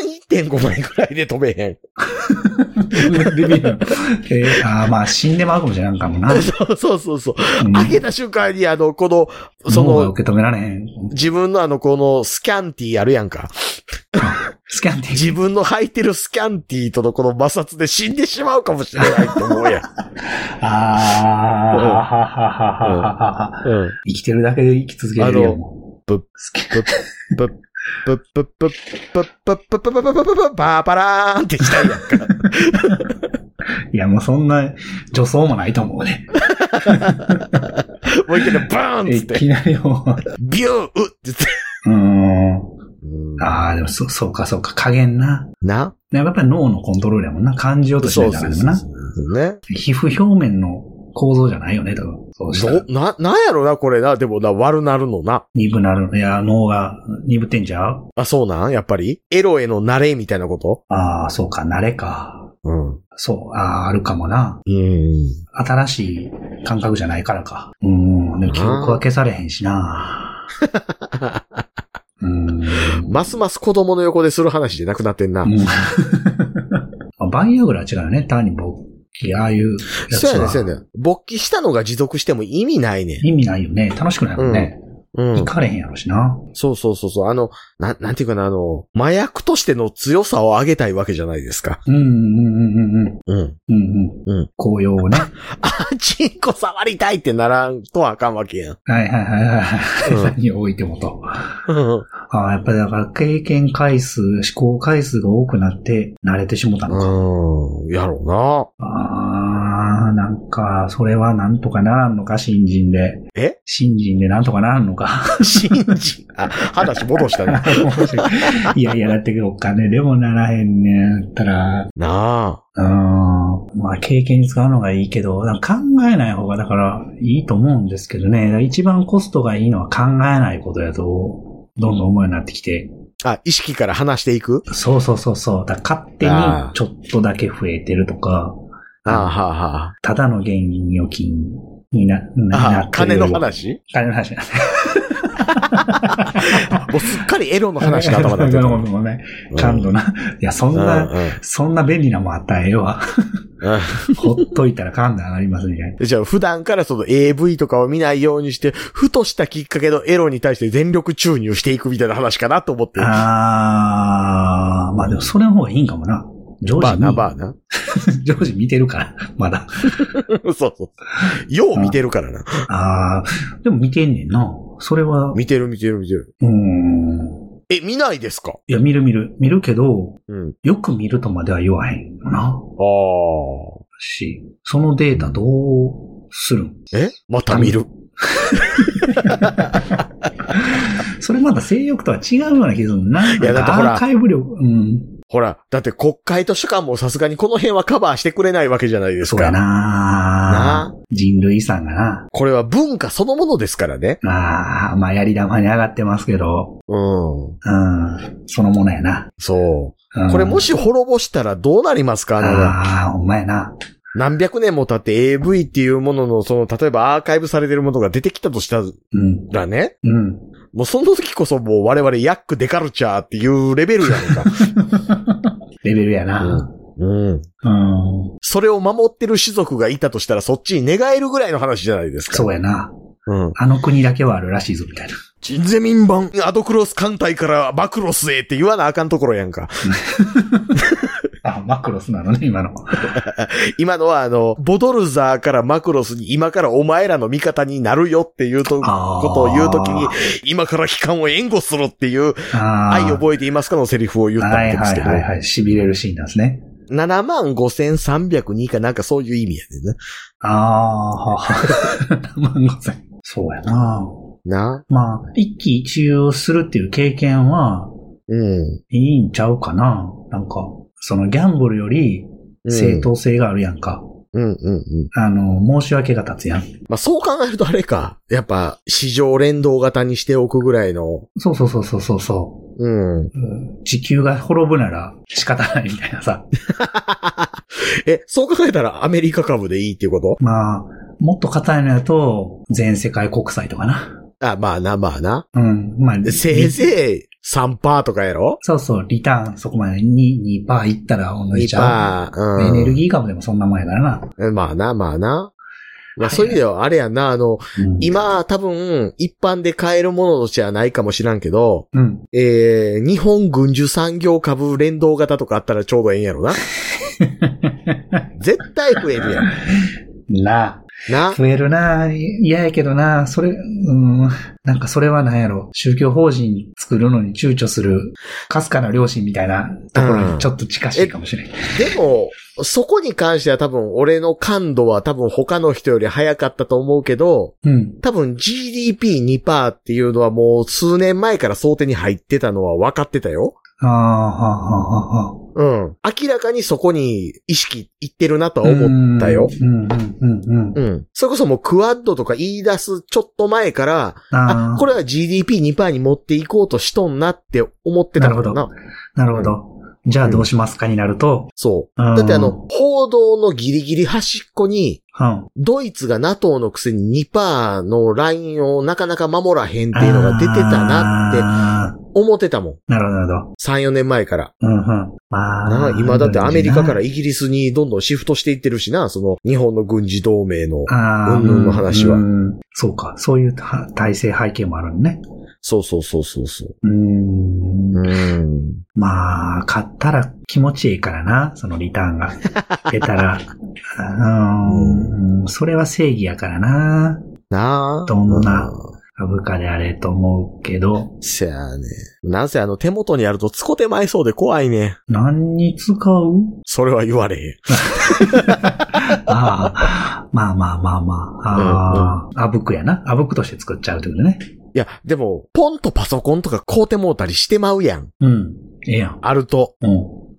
S2: 1.5倍ぐらいで止めへ [LAUGHS] ん。 [LAUGHS]
S3: えー、ああ、まあ、死んでまうかもしれなんかもな。
S2: そうそうそうそう。
S3: うん
S2: 開けた瞬間に、あの、この、そ
S3: 脳が
S2: の、
S3: 受け止められへん。
S2: 自分のあの、このスキャンティーあるやんか。
S3: スキャンティ
S2: 自分の履いてるスキャンティーとのこの摩擦で死んでしまうかもしれないと思うやん。
S3: ああ、
S2: うん
S3: はははははは。
S2: [LAUGHS] うん。
S3: 生きてるだけで生き続けれる
S2: あの
S3: よ。もう
S2: ぶぶっ、ぶっ、ぶっ、ぶっ、ぶっ、ぶっ、ぶっ、ぶっ、ぶっ、ぶっ、ぶっ、ぶっ、ばーばらーんってしたいやんか。
S3: いや、もうそんな女装もないと思
S2: [LAUGHS]
S3: うね。
S2: もう一回でバーンっつ
S3: い
S2: って、
S3: きなりも
S2: ビューうっつって。
S3: う。うーん。ああ、でもそ、そうか、そうか、加減な。
S2: な
S3: やっぱり脳のコントロールやもんな。感情として
S2: そ
S3: る
S2: う
S3: か
S2: そ
S3: ら
S2: う
S3: でも
S2: そ
S3: な。
S2: う。ね。
S3: 皮膚表面の構造じゃないよね、多分。そうしたら
S2: ど、な、なんやろな、これな。でもな、悪なるのな。
S3: 鈍なるの。いや、脳が鈍ってんちゃう
S2: あ、そうなんやっぱりエロへの慣れみたいなこと
S3: ああ、そうか、慣れか。
S2: うん。
S3: そう、ああ、あるかもな。
S2: うん。
S3: 新しい感覚じゃないからか。うん、でも記憶は消されへん
S2: [LAUGHS]
S3: しな。うん。
S2: ますます子供の横でする話じゃなくなってんな。
S3: うんまあバイアグラは違うよね。単に勃起、ああいうや
S2: そ
S3: つ
S2: うやね、
S3: は
S2: そうやね。勃起したのが持続しても意味ないね。
S3: 意味ないよね。楽しくないもんね。
S2: う
S3: 行
S2: ん。
S3: かれへんやろしな。
S2: そうそうそうそう。あの、な、なんていうかな、あの、麻薬としての強さを上げたいわけじゃないですか。
S3: うん、うん、うん、うん、うん。
S2: うん。
S3: うん、う
S2: うんん。
S3: 紅葉をね。
S2: [LAUGHS]
S3: [LAUGHS]
S2: あ、チンコ触りたいってならんとはあかんわけやん。
S3: はいはいはいはい。
S2: うん
S3: 何を置いてもと。
S2: うん。
S3: ああ、やっぱりだから経験回数、思考回数が多くなって慣れてしもたのか。
S2: うん。やろうな。
S3: ああ、なんか、それはなんとかならんのか、新人で。
S2: え
S3: 新人でなんとかならんのか。 [LAUGHS]
S2: 信じ。あ、話戻したね。
S3: いやいや、だってお金でもならへんねん。やったら、
S2: [LAUGHS] なあ。
S3: うーん。まあ、経験に使うのがいいけど、なんか考えない方が、だから、いいと思うんですけどね。だから一番コストがいいのは考えないことやと、どんどん思うようになってきて。
S2: あ、意識から話していく
S3: そうそうそうそう。だから勝手にちょっとだけ増えてるとか、
S2: ああ、はあ、は
S3: ただの現金預金にな、な
S2: あ。ああ、
S3: なってる
S2: 金
S3: よ
S2: の
S3: り
S2: 話
S3: 金の話だ。
S2: もうすっかりエロの話が頭になって [LAUGHS] た。
S3: [LAUGHS] ごめんごめん感度な。いや、そんな、
S2: う
S3: そんな便利なもんあったらええわ。
S2: [LAUGHS] んうん
S3: ほっといたら感度上がりますみたいな。
S2: じゃあ普段からその AV とかを見ないようにして、ふとしたきっかけのエロに対して全力注入していくみたいな話かなと思って。
S3: あー、まあでもそれの方がいいんかもな。常
S2: バ
S3: 時
S2: ーな、
S3: 見、
S2: バーな。
S3: [LAUGHS] 常時見てるから、まだ。
S2: [LAUGHS] そうそう。よう見てるからな。
S3: あー、でも見てんねんな。それは、
S2: 見てる見てる見てる。
S3: うーん。
S2: え、見ないですか
S3: いや、見る見る。見るけど、
S2: うん。
S3: よく見るとまでは言わへんよな。
S2: ああ。
S3: し、そのデータどうするん
S2: えまた見る。
S3: それまだ性欲とは違うような気がするな。い
S2: やだってほら
S3: アーカイブ量、うん。
S2: ほら、だって国会図書館もさすがにこの辺はカバーしてくれないわけじゃないです
S3: そ
S2: か。
S3: うやな
S2: な
S3: 人類遺産がな。
S2: これは文化そのものですからね。
S3: ああ、まあやり玉に上がってますけど、
S2: うん。
S3: うん。そのものやな。
S2: そうう。
S3: ん
S2: これもし滅ぼしたらどうなりますかあの
S3: ああ、ほんまやな。
S2: 何百年も経って AV っていうものの、その、例えばアーカイブされてるものが出てきたとした
S3: うん。
S2: らね、
S3: うん。
S2: もうその時こそもう我々ヤックデカルチャーっていうレベルやんか。
S3: レベルやな。
S2: うん。
S3: うん。
S2: それを守ってる種族がいたとしたら、そっちに寝返るぐらいの話じゃないですか。
S3: そうやな。
S2: うん。
S3: あの国だけはあるらしいぞ、みたいな。 [LAUGHS]
S2: ジンゼミン版、アドクロス艦隊からバクロスへって言わなあかんところやんか。
S3: あ、マクロスなのね、今の。
S2: 今のはあの、ボドルザーからマクロスに今からお前らの味方になるよっていうと、
S3: あー
S2: ことを言うときに、今から悲観を援護するっていう、
S3: あ
S2: 愛
S3: ー
S2: 覚えていますかのセリフを言ったわ
S3: は
S2: け
S3: い
S2: で
S3: は
S2: す
S3: い
S2: けど、
S3: はいはい。痺れるシーンなんですね。
S2: 7万5302かなんかそういう意味やねんな。
S3: ああ、は [LAUGHS] は。万5千。そうやな。
S2: な
S3: まあ、一喜一憂するっていう経験は、
S2: うん。
S3: いいんちゃうかな。なんか、そのギャンブルより
S2: うん
S3: 正。当性があるやんか。
S2: うんうんうん。
S3: あの、申し訳が立つやん。
S2: まあ、そう考えるとあれか。やっぱ、市場連動型にしておくぐらいの、
S3: そうそうそうそうそうそ
S2: うん。 [LAUGHS]
S3: う。うん地球が滅ぶなら仕方ないみたいなさ。
S2: え、そう考えたらアメリカ株でいいっていうこと
S3: まあ、もっと硬いのやと、全世界国債とかな。
S2: あ、まあな、まあな。
S3: うん。まあ、
S2: せい
S3: い。
S2: ぜい3%とかやろ
S3: そうそう、リターンそこまでに2%いったら同じちゃう。
S2: ?2%。うん。
S3: エネルギー株でもそんなもんやからな。
S2: えまあな、まあな。まあそういう意味ではあれやな、あの、
S3: うん、
S2: 今多分一般で買えるものとしてはないかもしらんけど、
S3: うん。
S2: えー、日本軍需産業株連動型とかあったらちょうどええんやろな。絶対増えるやん。
S3: な
S2: な
S3: あ。。増えるなあ嫌やけどなそれ、うん。なんかそれはなんやろ。宗教法人作るのに躊躇する、かすかな良心みたいなところにちょっと近しいかもしれない。
S2: でも、そこに関しては多分俺の感度は多分他の人より早かったと思うけど、
S3: うん。
S2: 多分 GDP2% っていうのはもう数年前から想定に入ってたのは分かってたよ。
S3: ああ、はあ、はあ、はあ。
S2: うん。明らかにそこに意識いってるなとは思ったよ。
S3: うん。うん、うん、う。
S2: うんん。それこそもうクワッドとか言い出すちょっと前から、
S3: あ
S2: あ、
S3: あ
S2: こ、れは GDP2% に持っていこうとしとんなって思ってたのかな。
S3: ななるほど。じゃあどうしますかになると、
S2: そう。
S3: うん
S2: だってあの、報道のギリギリ端っこに、
S3: うん。
S2: ドイツが NATO のくせに2%のラインをなかなか守らへんっていうのが出てたなって
S3: って。
S2: 思ってたもん。
S3: なるほど、なるほど。
S2: 3、4年前から。
S3: うん、うん。ま
S2: な
S3: あ
S2: あ、今だってアメリカから
S3: い
S2: イギリスにどんどんシフトしていってるしな、その日本の軍事同盟の。
S3: ああ、
S2: 云々の話は
S3: うんそうか。そういうた体制背景もあるのね。
S2: そうそうそうそうそうう。
S3: ん。
S2: うん。
S3: まあ、買ったら気持ちいいからな、そのリターンが。出たら。うん。それは正義やからな。
S2: なあ。
S3: どんな
S2: う
S3: 株価であれと思うけど、
S2: せやね。なんせあの手元にあるとつこてまいそうで怖いね。
S3: 何に使う
S2: それは言われへん。
S3: ああ、 [LAUGHS] まあまあまあまあ。ああ、あぶくやな。あぶくとして作っちゃうってことね。
S2: いや、でも、ポンとパソコンとか買うてもうたりしてまうやん。
S3: うん。ええやん。
S2: あると。
S3: うん。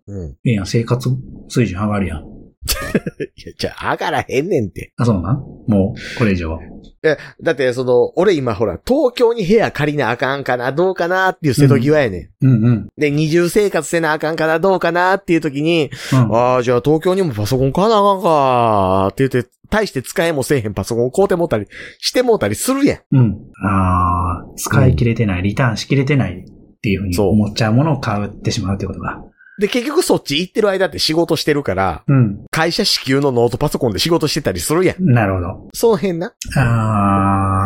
S2: うん。
S3: ええやん。生活水準上がるやん。
S2: いや、じゃあ、上がらへんねんって。
S3: あ、そうなんもう、これ以上は。
S2: え、だって、その、俺今ほら、東京に部屋借りなあかんかな、どうかなっていう瀬戸際やねん。
S3: うんうん。
S2: で、二重生活せなあかんかな、どうかなっていう時に、
S3: うん。
S2: ああ、じゃあ東京にもパソコン買わなあかんかって言って、大して使えもせえへんパソコン買うてもうたり、してもうたりするやん。
S3: うん。ああ、使い切れてない、リターンしきれてないっていうふうに
S2: そう
S3: 思っちゃうものを買ってしまうってことが。
S2: で、結局そっち行ってる間って仕事してるから、
S3: うん。
S2: 会社支給のノートパソコンで仕事してたりするやん。
S3: なるほど。
S2: その辺な。
S3: あ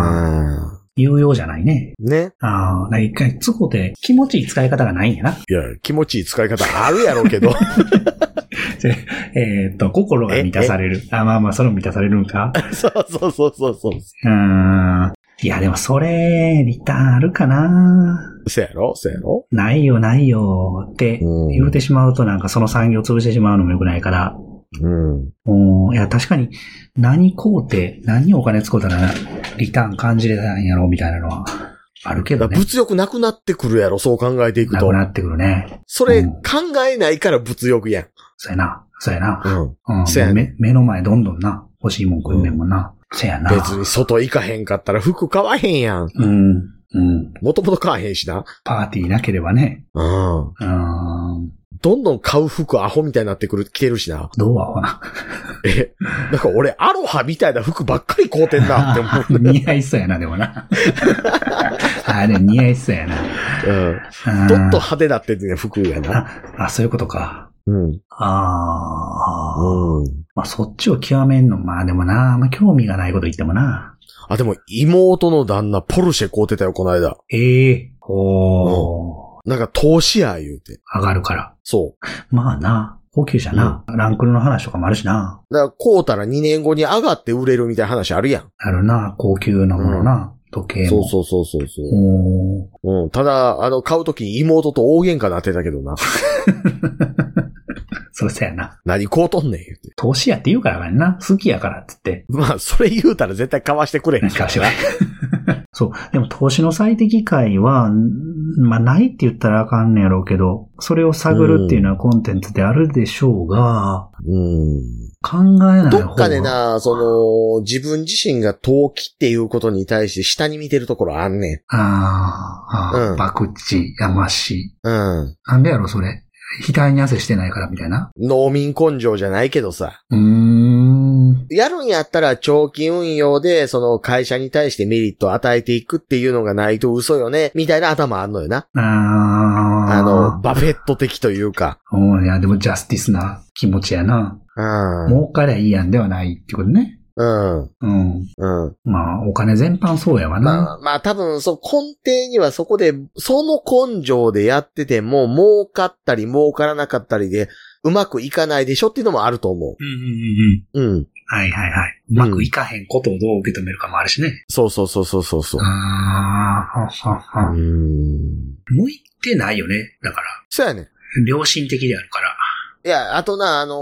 S3: あ、有用じゃないね。
S2: うん。ね。
S3: ああ、なんか一回、都合で気持ちいい使い方がないんやな。
S2: いや、気持ちいい使い方あるやろうけど。
S3: えーっと、心が満たされる。あまあまあ、それも満たされるんか。
S2: [LAUGHS] そうそうそうそうそう
S3: ーん。いや、でもそれ、リターンあるかな
S2: う。そうやろそうやろ
S3: ないよ、ないよって
S2: うん
S3: 言うてしまうとなんかその産業潰してしまうのも良くないから。
S2: うん。
S3: うん、いや、確かに、何買うて、何お金使うたら、リターン感じれたんやろ、みたいなのは、あるけど
S2: だから
S3: ね。
S2: 物欲なくなってくるやろ、そう考えていく
S3: な
S2: と
S3: く。なってくるね。
S2: それ
S3: うん
S2: 考えないから物欲やん。
S3: そうやな、そうやな。
S2: うん。
S3: うん、
S2: そうやね
S3: 目目の前どんどんな、欲しいもん食うねんもんな。そうやな。
S2: 別に外行かへんかったら服買わへんやん。
S3: うん、うん。
S2: もともと買わへんしな。
S3: パーティーなければね。
S2: うん。
S3: うん、
S2: どんどん買う服アホみたいになってくる、着てるしな。
S3: どうはほな。。
S2: え、なんか俺アロハみたいな服ばっかり買うてんなって思う
S3: [LAUGHS] 似合いそうやな、で
S2: [LAUGHS]
S3: もな。あれ、似合いそうやな。
S2: [LAUGHS] うん。
S3: うん
S2: どっと派手だってね、服やな。
S3: あ、あ、そういうことか。
S2: うん。
S3: ああ。
S2: うん。
S3: まあ、そっちを極めんの、まあでもな、あんま興味がないこと言ってもな。
S2: あ、でも、妹の旦那、ポルシェ買うてたよ、この間。
S3: ええおー、
S2: なんか、投資や、言うて。
S3: 上がるから。
S2: そう。
S3: まあな、高級じゃな、ランクルの話とかもあるしな。
S2: だから、買うたら2年後に上がって売れるみたいな話あるやん。
S3: あるな、高級なものな、時計
S2: そ
S3: も。
S2: うそうそうそうそう。
S3: おー
S2: うん。ただ、あの、買うとき妹と大喧嘩なってたけどな。
S3: そりゃそうやな。
S2: 何こうとんねん、言うて。
S3: 投資やって言うからあかんな。好きやからっつって。
S2: まあ、それ言うたら絶対買わしてくれへん。
S3: 昔は。 [LAUGHS] そう。でも投資の最適解は、んまあないって言ったらあかんねやろうけど、それを探るっていうのはコンテンツであるでしょうが、
S2: うん。
S3: 考えない方が。
S2: どっかでな、その、自分自身が投機っていうことに対して下に見てるところあんね
S3: あーあー、
S2: うん
S3: バクチ、やまし。
S2: ん。うん。
S3: なんでやろ、それ。額に汗してないからみたいな。
S2: 農民根性じゃないけどさ。
S3: うーん。
S2: やるんやったら長期運用で、その会社に対してメリットを与えていくっていうのがないと嘘よね、みたいな頭あんのよな。
S3: ああ。
S2: あの、、バフェット的というか。
S3: うん、いや、でもジャスティスな気持ちやな。
S2: うん。
S3: 儲かりゃいいやんではないってことね。
S2: うん。
S3: うん。
S2: うん。
S3: まあ、お金全般そうやわ
S2: ま
S3: な。
S2: あ、まあ多分、そう、根底にはそこで、その根性でやってても、儲かったり儲からなかったりで、うまくいかないでしょっていうのもあると思
S3: うんうんうんうん。
S2: う。うん。
S3: はいはいはい。うまくいかへんことをどう受け止めるかもあるしね。
S2: そうそうそうそうそうそう
S3: あ。あ、は
S2: う
S3: はは。
S2: ん。
S3: 向いてないよね。だから。
S2: そうやね。
S3: 良心的であるから。
S2: いや、あとな、あのー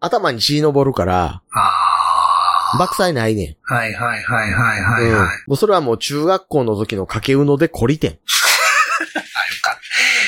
S2: 頭に血昇るから、
S3: ああ。
S2: 爆災ないね
S3: はいはいはいはい
S2: ん。
S3: はい、はい。
S2: うん。
S3: あ
S2: も
S3: よ
S2: うそれはもう中学校の時の掛けうので懲りてん。
S3: かっ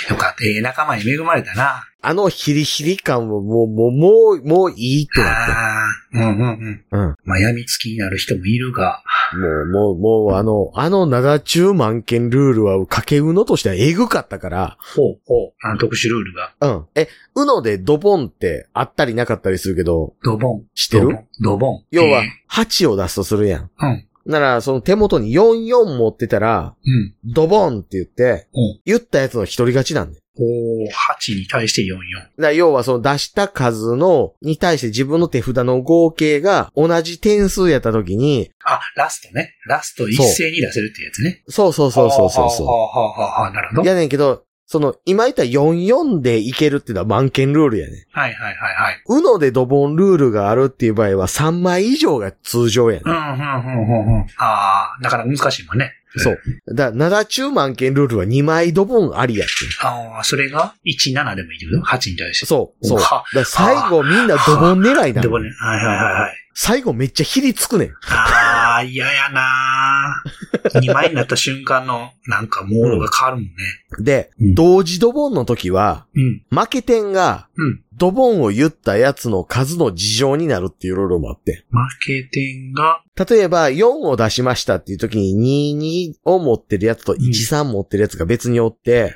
S3: た。よかった。ええ仲間に恵まれたな。
S2: あのヒリヒリ感をもう、もう、もう、もういいってなっ
S3: ああ。うんうんうん。
S2: てん。うん。
S3: まあ、病みつきになる人もいるが。
S2: もう、もう、もう、あの、あの7中満件ルールは、かけうのとしてはえぐかったから、
S3: ほうほう。あの特殊ルールが。
S2: うん。え、うのでドボンってあったりなかったりするけど、
S3: ドボン。
S2: 知って
S3: ドボ
S2: る
S3: ン。ドボン。
S2: 要は
S3: え、
S2: 8を出すとするやん。
S3: えうん。
S2: なら、その手元に44持ってたら、
S3: うん。
S2: ドボンって言って
S3: うん、
S2: 言ったやつの一人勝ちなんだよ。
S3: おー、8に対して44。
S2: だから要はその出した数の、に対して自分の手札の合計が同じ点数やった時に、
S3: あ、ラストね。ラスト一斉に出せるってやつね。
S2: そうそうそうそうそう
S3: は
S2: そ
S3: あはあはあはあ、なるほ
S2: う。
S3: ど。
S2: い
S3: はい
S2: やねんけど、その、今言った44でいけるっていうのは満件ルールやねん。
S3: はいはいはい。
S2: うのでドボンルールがあるっていう場合は3枚以上が通常やねん
S3: うん、うん、うん、うん、うん。ああ、だから難しいもんね。
S2: そう。だ、7中満件ルールは2枚ドボンありやって
S3: ああ、それが17でもいいってこと ?8 に対して。
S2: ん。そう、そう。だか
S3: は
S2: ら最後みんなドボン狙いだ
S3: でもね、はいはいはいはい。
S2: 最後めっちゃひりつくねん。
S3: ああ、嫌やな [LAUGHS] ー二枚になった瞬間の、なんか、モードが変わるもんね。
S2: で、
S3: うん
S2: 同時ドボンの時は、
S3: うん。
S2: 負け点が
S3: うん、
S2: ドボンを言ったやつの数の事情になるっていうルールもあって。
S3: 負け点が、
S2: 例えば、4を出しましたっていう時に、22を持ってるやつと13持ってるやつが別におって、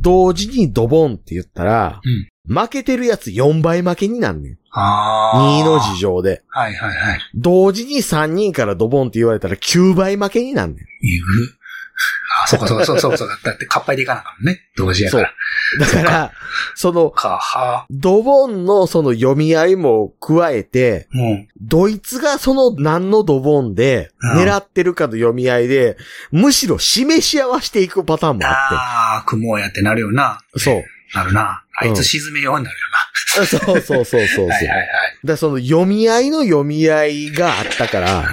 S2: 同時にドボンって言ったら、
S3: うん
S2: 負けてるやつ4倍負けになんねん。
S3: ああ。
S2: 2の事情で。
S3: はいはいはい。
S2: 同時に3人からドボンって言われたら9倍負けになんね
S3: えぐ。あ、そうかそうかそうそうそう。だって、かっぱいでいかなあかんもんね。同時
S2: ん。
S3: や
S2: そ
S3: か
S2: う
S3: ら。。
S2: だから、その、
S3: か、は
S2: ドボンのその読み合いも加えて、
S3: うん。
S2: ドイツがその何のドボンで
S3: うん
S2: 狙ってるかの読み合いで、むしろ示し合わせていくパターンもあっ
S3: ああ、雲をやってなるよな。
S2: て。そう。
S3: なるな。あい
S2: うん
S3: つ沈めようになる
S2: そ
S3: よ
S2: うそうそうそうそう。
S3: な。はいはいは
S2: だか
S3: い。
S2: らその読み合いの読み合いがあったから、
S3: あ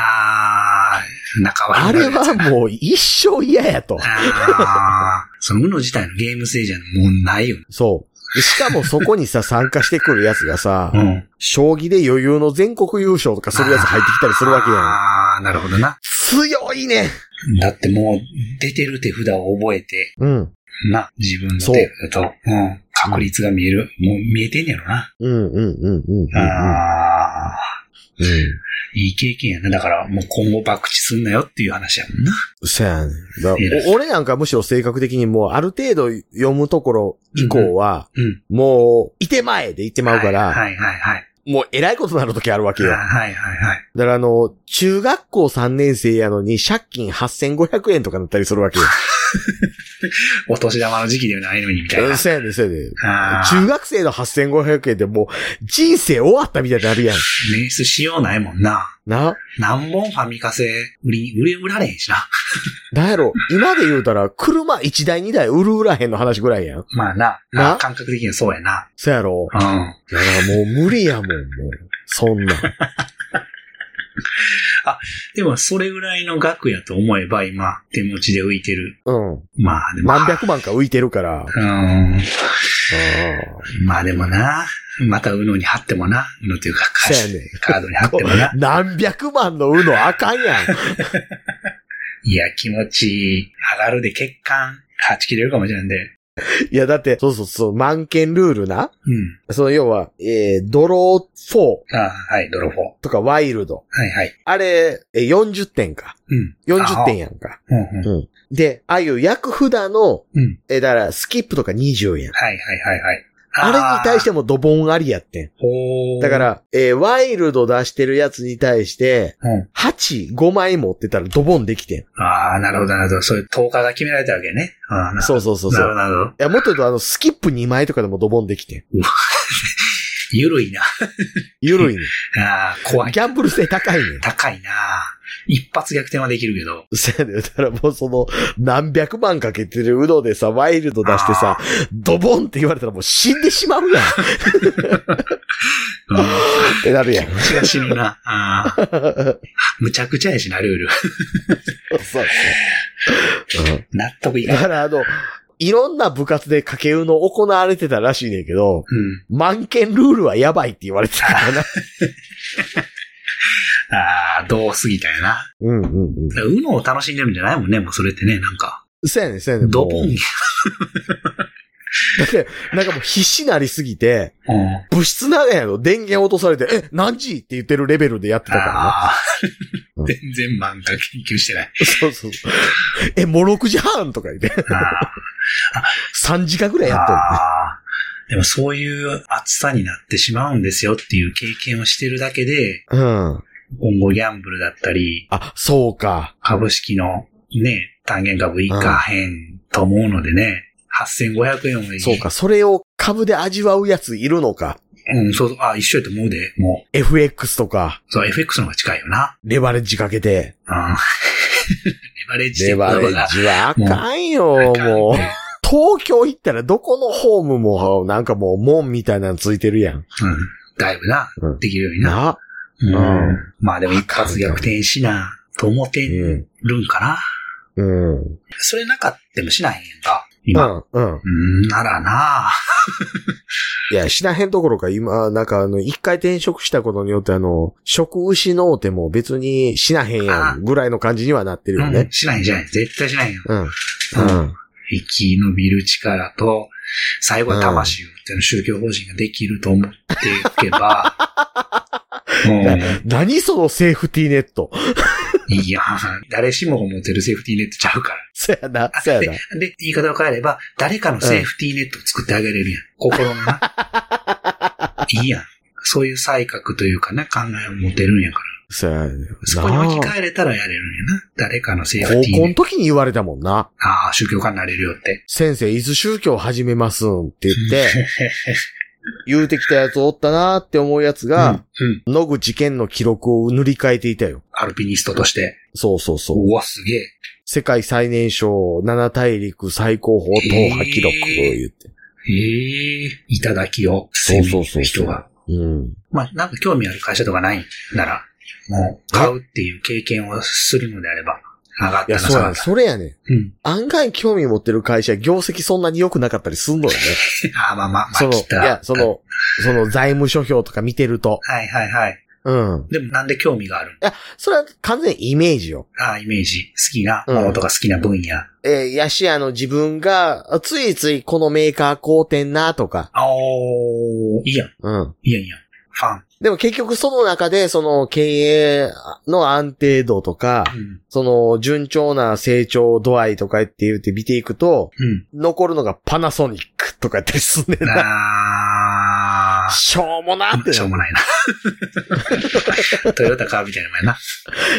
S3: あ、仲悪
S2: あ
S3: いな
S2: れはもう一生嫌やと。
S3: ああ、その UNO 自体のゲーム性じゃもうないよね。
S2: そう。でしかもそこにさ、参加してくるやつがさ、
S3: ん。
S2: 将棋で余裕の全国優勝とかするやつ入ってきたりするわけやん。
S3: ああ、なるほどな。
S2: 強いね
S3: だってもう、出てる手札を覚えて、
S2: うん。
S3: な、自分の手札と、うん、確率が見える。もう見えてんやろな。
S2: うん、うん、うん、うん。
S3: ああ、
S2: うん。
S3: いい経験やな。だから、もう今後爆打すんなよっていう話やもんな。
S2: そやねんだ
S3: 偉
S2: お俺なんかむしろ性格的にもうある程度読むところ以降は、
S3: うん。
S2: もう、いて前でいてまうから、
S3: はいはいはい。
S2: もう偉いことになる時あるわけ
S3: はい
S2: よ。
S3: はいはいはい。
S2: だからあの、中学校3年生やのに借金8500円とかなったりするわけよ。
S3: お年玉の時期ではないのに、みたいな。
S2: そうやねん、そうやねん。
S3: ああ。
S2: 中学生の8500円でもう人生終わったみたいになるやん。
S3: 捻出しようないもんな。
S2: な、
S3: 何本ファミカセ売り、売れ、売られへんしな。
S2: なんやろ、今で言うたら車1台2台売る売らへんの話ぐらいやん。
S3: まあな。
S2: な
S3: あ感覚的にはそうやな。
S2: そうやろ。
S3: うん。あ、
S2: いやだからもう無理やもん、もう。そ
S3: [LAUGHS]
S2: んなん。
S3: でもそれぐらいの額やと思えば今、手持ちで浮いてる。
S2: うん。
S3: まあでも。
S2: 何百万か浮いてるから。
S3: うん。
S2: う
S3: まあでもな。またうのに貼ってもな。うのというか、カー
S2: そうやね
S3: [LAUGHS] カードに貼っても
S2: [LAUGHS]
S3: な。
S2: ん。何百万のうのあかん
S3: [LAUGHS]
S2: やん。
S3: いや、気持ち上がるで血管、はち切れるかもしれんで。
S2: いや、だって、そうそうそう、満件ルールな。
S3: う
S2: その要は、えー、ドロー4
S3: ん。ああはい、泥棒。は
S2: とかワイルド。
S3: いはい。
S2: あれ、えー40点か。
S3: うん。
S2: 40点やんか。
S3: うんうん。
S2: で、ああいう役札の、
S3: うん
S2: えー、だから、スキップとか20やん。
S3: はいはいはいはい。、
S2: あれに対しててもドボンありやってん。
S3: ほー
S2: だか、ら、えーワイルド出してるやつに対して、
S3: うん。
S2: 8、5枚持ってたらドボンできてん。
S3: ああ、なるほどなるほど。そういう10日が決められたわけね。ああ、な
S2: そうそうそうそ
S3: なるほ
S2: う。
S3: どなるほど。
S2: いや、もっと言うと、あの、スキップ2枚とかでもドボンできてん。
S3: ゆるいな。
S2: ゆるいね
S3: ああ、怖
S2: ん。
S3: い。
S2: ギャンブル性高いねん。
S3: 高いな。一発逆転はできるけど。
S2: そやねんだからもうその、何百万かけてるウドでさ、ワイルド出してさ、ドボンって言われたらもう死んでしまうやん。
S3: うん。
S2: ってなるやん。
S3: 気持ちが死ぬな。ああ。むちゃくちゃやしな、ルー
S2: [LAUGHS]
S3: ル。
S2: そう。うん
S3: 納得いか
S2: だ
S3: ない。
S2: からあの、いろんな部活で掛けうの行われてたらしいねんけど、
S3: うん。
S2: 満件ルールはやばいって言われてたからな。
S3: ああ、どうすぎたよな。
S2: [LAUGHS] うんうんうん。
S3: だからうのを楽しんでるんじゃないもんね、もうそれってね、なんか。
S2: そうやねん、そうやねん。も
S3: ド
S2: う
S3: ボン。うん。
S2: だって、なんかもう必死なりすぎて、物質なんやろ電源落とされて、え、何時って言ってるレベルでやってたからな。
S3: ああ
S2: う。ん
S3: 全然漫画研究してない。
S2: そうそう。え、もう6時半とか言って。
S3: あ
S2: 3時間ぐらい
S3: あ。
S2: やっとる。
S3: ああでもそういう暑さになってしまうんですよっていう経験をしてるだけで、
S2: うん。
S3: 今後ギャンブルだったり、
S2: あ、そうか。
S3: 株式のね、単元株以下変と思うのでね、8500円をいい
S2: そう。か。それを株で味わうやついるのか。
S3: うん、そうそう、あ、一緒やと思うで、も
S2: FX とか、
S3: う。そう、FX の方が近いよな。
S2: レバレッジかけて。
S3: うん。 [LAUGHS] レバレッジって
S2: レ
S3: 言葉
S2: バレ
S3: が
S2: ッジはあかんよ、もう。東京行ったらどこのホームも、なんかもう門みたいなのついてるやん。
S3: うん。だいぶな
S2: うん、
S3: できるようにな。
S2: な。
S3: うん
S2: うん
S3: まあでも一発逆転しな、と思って
S2: うん。
S3: るんかな。
S2: うん。
S3: それなかったもしないんやんか。
S2: う
S3: 今。
S2: ん。うん。
S3: うん、ならな。
S2: いや、しなへんどころか、今、なんかあの、一回転職したことによって、あの、職失うても別にしなへんやん、ぐらいの感じにはなってるよ
S3: う
S2: ね
S3: ん、。しないんじゃない。絶対しないよ。
S2: うん。うん。
S3: 生き延びる力と、最後は魂をっていうの宗教法人ができると思ってい
S2: [LAUGHS]
S3: けば、うん
S2: 何そのセーフティーネット。 [LAUGHS]
S3: いや、誰しもが持てるセーフティーネットちゃうから。
S2: そやな、 [LAUGHS] そやな。
S3: で、言い方を変えれば、誰かのセーフティーネットを作ってあげれるやん。心
S2: [LAUGHS]
S3: のな。いいやん。そういう才覚というかね、考えを持てるんやから。
S2: そうやね。
S3: そこに置き
S2: なあ
S3: 換えれたらやれるんやな。誰かのセーフ
S2: 高
S3: ティーネ
S2: 校
S3: ッ
S2: の
S3: ト。
S2: 時に言われたもんな。
S3: ああ、宗教家になれるよって。
S2: 先生、いつ宗教始めますんって言って、 [LAUGHS] 言うてきたやつおったなーって思うやつ
S3: うん
S2: が、、
S3: うん。
S2: 野口健の記録を塗り替えていたよ。
S3: アルピニストとして。
S2: そうそうそう。
S3: うわ、すげえ。
S2: 世界最年少、七大陸最高峰、党派記録を言って。
S3: ええいただきを、
S2: そうそうそうそう
S3: 人が。
S2: うん。
S3: まあ、なんか興味ある会社とかないなら、もう、買うっていう経験をするのであれば、上がっ
S2: い
S3: た
S2: や、
S3: な、
S2: そうやね。
S3: 下がっ
S2: それやねん。
S3: た
S2: [LAUGHS]
S3: うん。
S2: 案外興味持ってる会社、業績そんなに良くなかったりすんのよね。
S3: ああ、まあまあ、ま
S2: そ
S3: あ、
S2: の、い
S3: 来た。
S2: や、その、その財務諸表とか見てると。
S3: はいはいはい。
S2: うん。
S3: でもなんで興味がある
S2: それは完全にイメージよ。
S3: ああ、イメージ。好きなものとか好きな分野。
S2: えーやし、あの、自分が、あついついこのメーカー買うてんな、とか。
S3: あおー、いいやん。
S2: うん。
S3: いいやんいいやん。ファン。
S2: でも結局その中で、その、経営の安定度とか、
S3: うん。
S2: その、順調な成長度合いとかって言って見ていくと、残るのがパナソニックとかやったりすんねん
S3: うん。
S2: な。
S3: あな。
S2: しょうもなって
S3: しょうもないな。トヨタカーみたいなもんやな。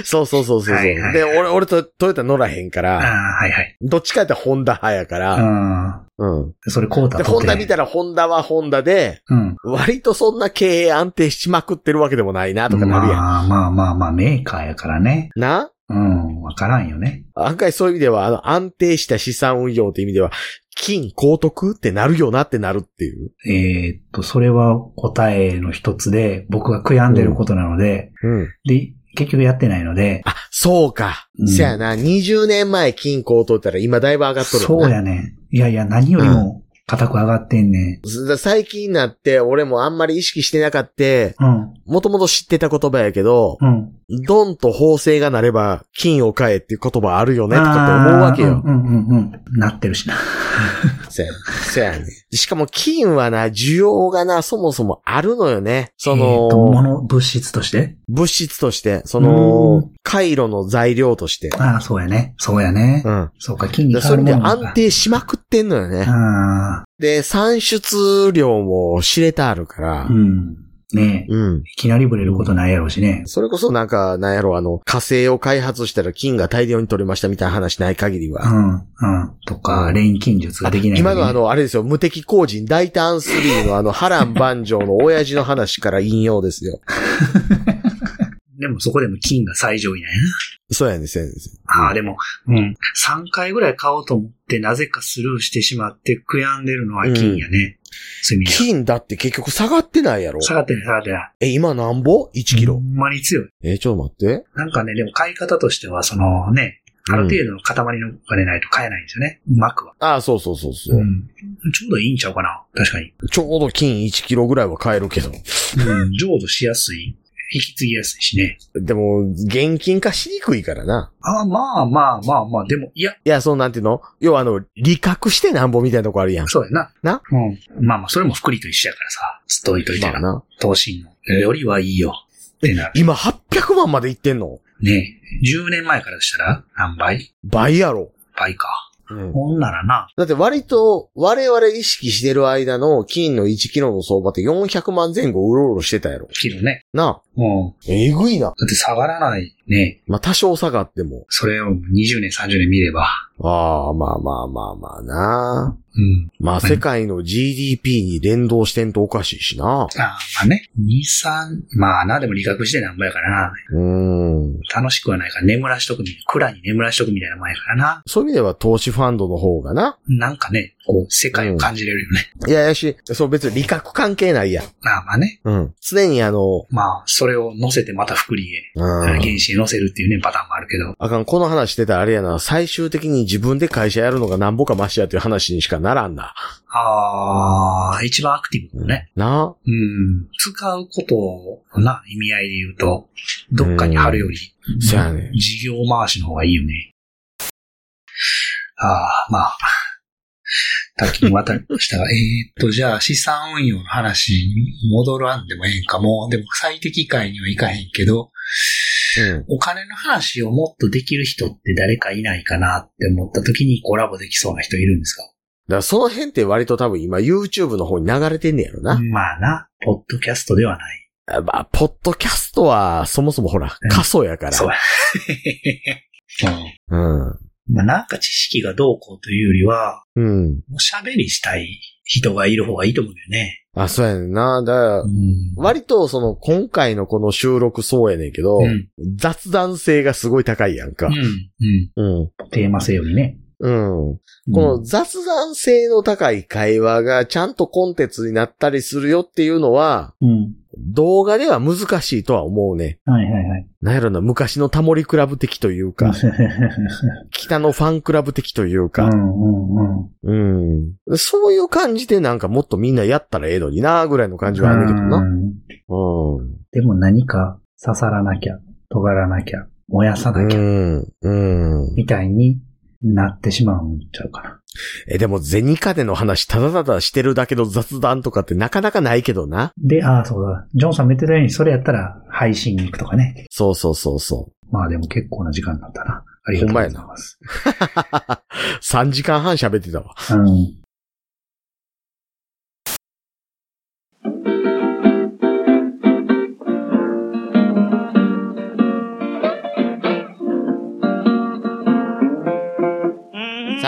S2: そうそうそうそうそう、
S3: はいはいはい
S2: で、俺、俺とトヨタ乗らへんか
S3: あ
S2: ら、
S3: あ、はいはい。
S2: どっちかやったらホンダ派やから、うん。
S3: うん。それコータ
S2: で、
S3: とて
S2: ホンダ見たらホンダはホンダで、
S3: うん。
S2: 割とそんな経営安定しまくってるわけでもないな、とかなるやん。
S3: まあまあまあまあ、メーカーやからね。
S2: な
S3: うん、わからんよね。
S2: 案外そういう意味では、あの、安定した資産運用って意味では、金高得ってなるよなってなるっていう。
S3: えーっと、それは答えの一つで、僕が悔やんでることなので、
S2: うん。
S3: で、結局やってないので、
S2: あ、そうか。
S3: うん
S2: せやな、20年前金高取ったら今だいぶ上がっとるな。
S3: そうやね。いやいや、何よりも固く上がってんね。
S2: ず最近になって、俺もあんまり意識してなかった、
S3: うん、
S2: もともと知ってた言葉やけど、
S3: うん。
S2: ドンと法制がなれば、金を買えっていう言葉あるよね、とかって思うわけよ。
S3: あーうんうんうんうん。なってるしな。
S2: せや、せやね。しかも金はな、需要がな、そもそもあるのよね。そ
S3: えーっと、
S2: の、
S3: 物、物質として
S2: 物質として、そうの、回路の材料として。
S3: ああ、そうやね。そうやね。
S2: うん。
S3: そうか、金に
S2: で
S3: 変わ
S2: そ
S3: る
S2: れ
S3: も
S2: で
S3: のなんだ
S2: 安定しまくってんのよね。
S3: あ
S2: で、産出量も知れたあるから
S3: あ、う。ん。ねえ。
S2: うん。
S3: いきなりブレることないやろうしね。
S2: それこそなんか、なんやろ、あの、火星を開発したら金が大量に取れましたみたいな話ない限り
S3: う
S2: は。
S3: ん、うん。とか、錬金術ができない、
S2: 今のあ、の、あれですよ、無敵工人、大胆3のあの、波乱万丈の親父の話から引用ですよ。
S3: でもそこでも金が最上位なんや
S2: そうやね、そうやね。そうやね
S3: な。ああ、でも、うん。3回ぐらい買おうと思って、なぜかスルーしてしまって、悔やんでるのは金やね。そういう意味では
S2: 金だって結局下がってないやろ。
S3: 下がってない、下がってない。
S2: え、今なんぼ ?1 キ
S3: ほ
S2: ロ
S3: ん。まに強い。
S2: え、ちょっと待って。
S3: なんかね、でも買い方としては、そのね、ある程度の塊のお金ないと買えないんですよね。うまくは。
S2: ああ、そうそうそうそう、
S3: ん。ちょうどいいんちゃうかな。確かに。
S2: ちょうど金1キロぐらいは買えるけど。
S3: うん。譲渡しやすい。引き継ぎやすいしね。
S2: でも、現金化しにくいからな。
S3: ああ、まあまあまあまあ、でも、いや、
S2: いや、そうなんていうの要はあの、利確してなんぼみたいなとこあるやん。
S3: そうやな。
S2: な
S3: うん。まあまあ、それも福利と一緒やからさ。ストイといて
S2: まあ
S3: な。
S2: な。
S3: 投資の。よりはいいよ。ってなる。
S2: 今800万までいってんの
S3: ね10年前からしたら何倍
S2: 倍やろ。
S3: 倍か。ほんならな。
S2: だって割と、我々意識してる間の金の1キロの相場って400万前後うろうろしてたやろ。
S3: キロね。
S2: なあ。
S3: うん。
S2: えぐいな。
S3: だって下がらないね。
S2: まあ、多少下がっても。
S3: それを20年、30年見れば。
S2: ああ、まあまあまあまあな。
S3: うん。
S2: まあ、世界の GDP に連動してんとおかしいしな。
S3: ああ、まあね。2、3、まあな、でも理学してなんぼやからな。
S2: うーん。
S3: 楽しくはないから眠らしとくみたいな。蔵に眠らしとくみたいなもんやからな。
S2: そういう意味では投資ファンドの方がな。
S3: なんかね、こう、世界を感じれるよね。
S2: いやいやし、そう別に利確関係ないやん。
S3: まあまあね。
S2: うん。常にあの、
S3: まあ、それを乗せてまた福利へ。
S2: うん
S3: 原。子に乗せるっていうね、パターンもあるけど。
S2: あかん、この話してたらあれやな、最終的に自分で会社やるのがなんぼかマシやという話にしかならんな。
S3: ああ、一番アクティブのね。
S2: な
S3: うん。使うことのな、意味合いで言うと、どっかに貼るより、
S2: そうやね。
S3: 事業回しの方がいいよね。ああ、まあ。多岐にわたりましたが、えーっと、じゃあ、資産運用の話に戻らんでもええんかも。でも、最適解にはいかへんけど、
S2: うん。
S3: お金の話をもっとできる人って誰かいないかなって思った時にコラボできそうな人いるんですか
S2: だからその辺って割と多分今 YouTube の方に流れてんねやろな。
S3: まあな、ポッドキャストではない。
S2: あまあ、ポッドキャストはそもそもほら
S3: うん、
S2: 過疎やから。
S3: そう
S2: う。
S3: や。
S2: ん。
S3: うん。まあなんか知識がどうこうというよりは、
S2: うん。
S3: もう喋りしたい人がいる方がいいと思うよね。
S2: あ、そうやねんな。だから
S3: ん
S2: 割とその今回のこの収録そうやねんけど、
S3: うん。
S2: 雑談性がすごい高いやんか
S3: う。ん。うん。
S2: うん。
S3: テーマ性よりね。
S2: うん。この雑談性の高い会話がちゃんとコンテンツになったりするよっていうのは、
S3: うん。
S2: 動画では難しいとは思うね。
S3: うん。はいはいはい。
S2: なんやろな、昔のタモリクラブ的という
S3: [LAUGHS]
S2: か、北のファンクラブ的という
S3: う
S2: か、
S3: んうんうん。
S2: うん。そういう感じでなんかもっとみんなやったらええのになぐらいの感じはあるけどな。
S3: うん
S2: うん。
S3: でも何か刺さらなきゃ、尖らなきゃ、燃やさ
S2: う
S3: なきゃ、
S2: ん。うん。
S3: みたいになってしまうんちゃうかな。
S2: え、でもゼニカでの話ただただしてるだけの雑談とかってなかなかないけどな。
S3: で、ああ、そうだ。ジョンさんも言ってたように、それやったら配信に行くとかね。
S2: そうそうそうそ
S3: まあでも結構な時間だったな。ありがとうございます。
S2: う。3時間半喋ってたわ。
S3: うん。